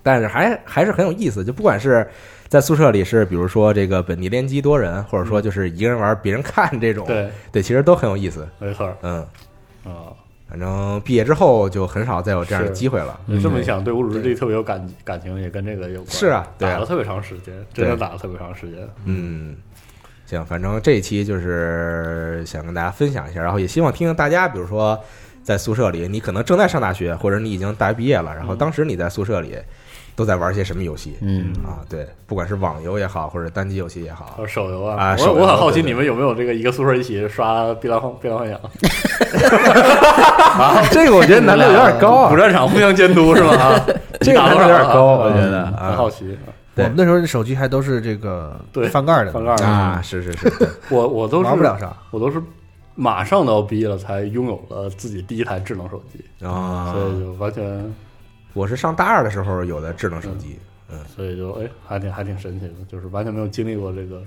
Speaker 1: 但是还还是很有意思，就不管是在宿舍里是，比如说这个本地联机多人，或者说就是一个人玩别人看这种，
Speaker 4: 对，
Speaker 1: 其实都很有意思。
Speaker 4: 没错儿
Speaker 1: 嗯，
Speaker 4: 啊。
Speaker 1: 反正毕业之后就很少再有这样的
Speaker 4: 是
Speaker 1: 机会了。
Speaker 4: 就这么一想，对《侮辱之地》特别有感感情，也跟这个有关。
Speaker 1: 是啊对啊
Speaker 4: 打了特别长时间，真的
Speaker 1: 对
Speaker 4: 打了特别长时间。
Speaker 1: 嗯，行，反正这一期就是想跟大家分享一下，然后也希望听听大家，比如说在宿舍里，你可能正在上大学，或者你已经大学毕业了，然后当时你在宿舍里都在玩些什么游戏
Speaker 2: 嗯，
Speaker 1: 啊？对，不管是网游也好，或者单机游戏也好
Speaker 4: 还，有手游啊，
Speaker 1: 啊手
Speaker 4: 我
Speaker 1: 游
Speaker 4: 我很好
Speaker 1: 对
Speaker 4: 奇
Speaker 1: 对
Speaker 4: 你们有没有这个一个宿舍一起刷《碧蓝幻碧蓝幻想》
Speaker 1: 啊 这个我觉得难度有点高啊
Speaker 4: 主，战场互相监督是吗？啊
Speaker 1: 这
Speaker 4: 你
Speaker 1: 个
Speaker 4: 打
Speaker 1: 难
Speaker 4: 多
Speaker 1: 度有
Speaker 4: 少啊
Speaker 1: 点高，我
Speaker 4: 嗯
Speaker 1: 觉得
Speaker 4: 很
Speaker 1: 啊
Speaker 4: 好奇。啊
Speaker 1: 对
Speaker 3: 我们那时候手机还都是这个
Speaker 4: 对
Speaker 3: 翻盖的，
Speaker 4: 翻盖儿的
Speaker 1: 啊，是是是， 对
Speaker 4: 我我都是
Speaker 3: 玩不了，啥。
Speaker 4: 我都是马上都要毕业了才拥有了自己第一台智能手机，
Speaker 1: 啊，
Speaker 4: 所以就完全，
Speaker 1: 我是上大二的时候有的智能手机，
Speaker 4: 所以就哎，还挺还挺神奇的，就是完全没有经历过这个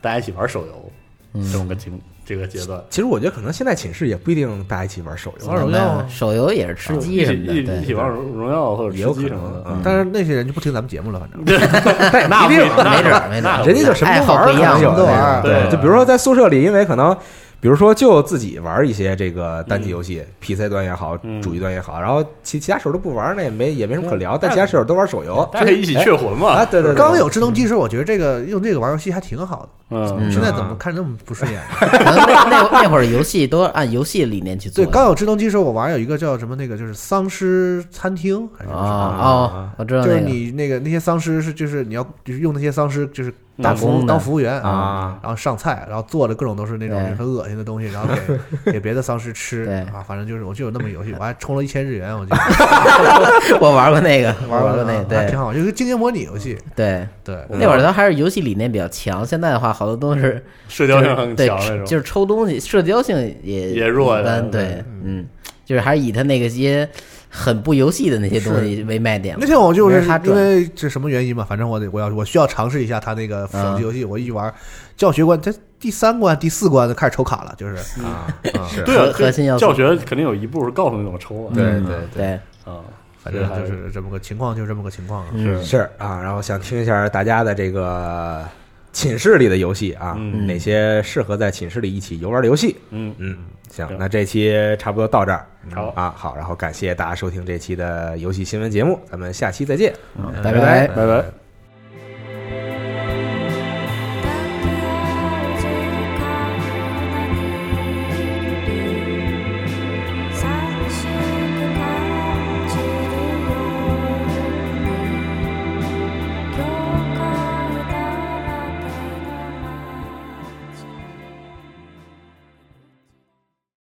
Speaker 4: 大家一起玩手游
Speaker 2: 嗯
Speaker 4: 这种个情这个阶段。
Speaker 1: 其实我觉得可能现在寝室也不一定大家一起玩手游
Speaker 3: 玩，手游啊
Speaker 2: 手游也是吃鸡什么
Speaker 4: 啊一
Speaker 2: 的，
Speaker 4: 起一起
Speaker 2: 对，
Speaker 4: 玩荣耀或者
Speaker 1: 也有
Speaker 4: 吃
Speaker 1: 可
Speaker 4: 鸡什么
Speaker 1: 能
Speaker 4: 的，
Speaker 1: 啊，
Speaker 3: 但是那些人就不听咱们节目了，反正
Speaker 1: 但也不一定，
Speaker 2: 嗯没准儿没准
Speaker 4: 那
Speaker 2: 儿，
Speaker 1: 人家就什么都玩儿，
Speaker 2: 爱好不一样
Speaker 1: 可能有的
Speaker 3: 什么都玩
Speaker 1: 那种
Speaker 3: 儿
Speaker 4: 对
Speaker 1: 就比如说在宿舍里，因为可能。比如说，就自己玩一些这个单机游戏、p c 端也好，
Speaker 4: 嗯
Speaker 1: 主机端也好，然后其其他手都不玩儿，那也没也没什么可聊。但
Speaker 4: 但
Speaker 1: 其他手都玩手游
Speaker 4: 大家可以一起雀魂嘛
Speaker 1: 啊，。对对，对
Speaker 3: 刚有智能机的时候，我觉得这个用这个玩游戏还挺好的。
Speaker 4: 嗯
Speaker 2: 嗯
Speaker 3: 现在怎么看着那么不顺眼？
Speaker 2: 可能那那那会儿游戏都是按游戏理念去做
Speaker 3: 对，
Speaker 2: 的，
Speaker 3: 刚有智能机的时候，我玩有一个叫什么那个，就是丧尸餐厅还是什
Speaker 2: 啊
Speaker 3: 么
Speaker 2: 哦，我知
Speaker 3: 什么，
Speaker 2: 道那
Speaker 3: 就是
Speaker 2: 个，
Speaker 3: 你那个那些丧尸是就是你要就是用那些丧尸就是
Speaker 2: 打
Speaker 3: 当
Speaker 2: 嗯
Speaker 3: 服
Speaker 2: 工的
Speaker 3: 当服务员
Speaker 1: 啊，
Speaker 3: 然后上菜，然后做的各种都是那种
Speaker 2: 对
Speaker 3: 很恶心的东西，然后 给给别的丧尸吃
Speaker 2: 对
Speaker 3: 啊，反正就是我就有那么游戏，我还充了一千日元，我记得
Speaker 2: 我玩过那个，
Speaker 3: 玩
Speaker 2: 我玩
Speaker 3: 了
Speaker 2: 过那个，
Speaker 3: 还
Speaker 2: 对
Speaker 3: 挺
Speaker 2: 嗯
Speaker 3: 好，嗯就是经营模拟游戏，
Speaker 2: 对，
Speaker 3: 对，
Speaker 2: 那会儿它还是游戏理念比较强，现在的话好多都是
Speaker 4: 社
Speaker 2: 就
Speaker 4: 交
Speaker 2: 是
Speaker 4: 性很
Speaker 2: 对
Speaker 4: 强那种，
Speaker 2: 就是抽东西，社交性也
Speaker 4: 也弱
Speaker 2: 一般，
Speaker 4: 对
Speaker 2: 对，嗯，就是还是以他那个些很不游戏的那些东西为卖点嘛。
Speaker 3: 那天我就是
Speaker 2: 没人他
Speaker 3: 因
Speaker 2: 转
Speaker 3: 为这什么原因嘛，反正我得我要我需要尝试一下他那个
Speaker 2: 嗯
Speaker 3: 手机游戏，我一玩教学关，这第三关第四关就开始抽卡了，就是
Speaker 1: 啊，是
Speaker 4: 对啊，
Speaker 2: 核核心要素
Speaker 4: 教学肯定有一步是告诉你怎么抽啊。
Speaker 1: 对
Speaker 2: 嗯
Speaker 1: 对对
Speaker 2: 对，
Speaker 4: 啊，
Speaker 3: 反正就是这么个情况，就是这么个情况啊。
Speaker 2: 嗯
Speaker 1: 是啊，然后想听一下大家的这个寝室里的游戏啊，
Speaker 4: 嗯
Speaker 1: 哪些适合在寝室里一起游玩的游戏？
Speaker 4: 嗯，
Speaker 1: 嗯，行，
Speaker 4: 行
Speaker 1: 那这期差不多到这儿
Speaker 4: 好，
Speaker 1: 啊，好，然后感谢大家收听这期的游戏新闻节目，咱们下期再见。
Speaker 2: 嗯
Speaker 3: 拜
Speaker 1: 拜
Speaker 2: 拜
Speaker 4: 拜拜。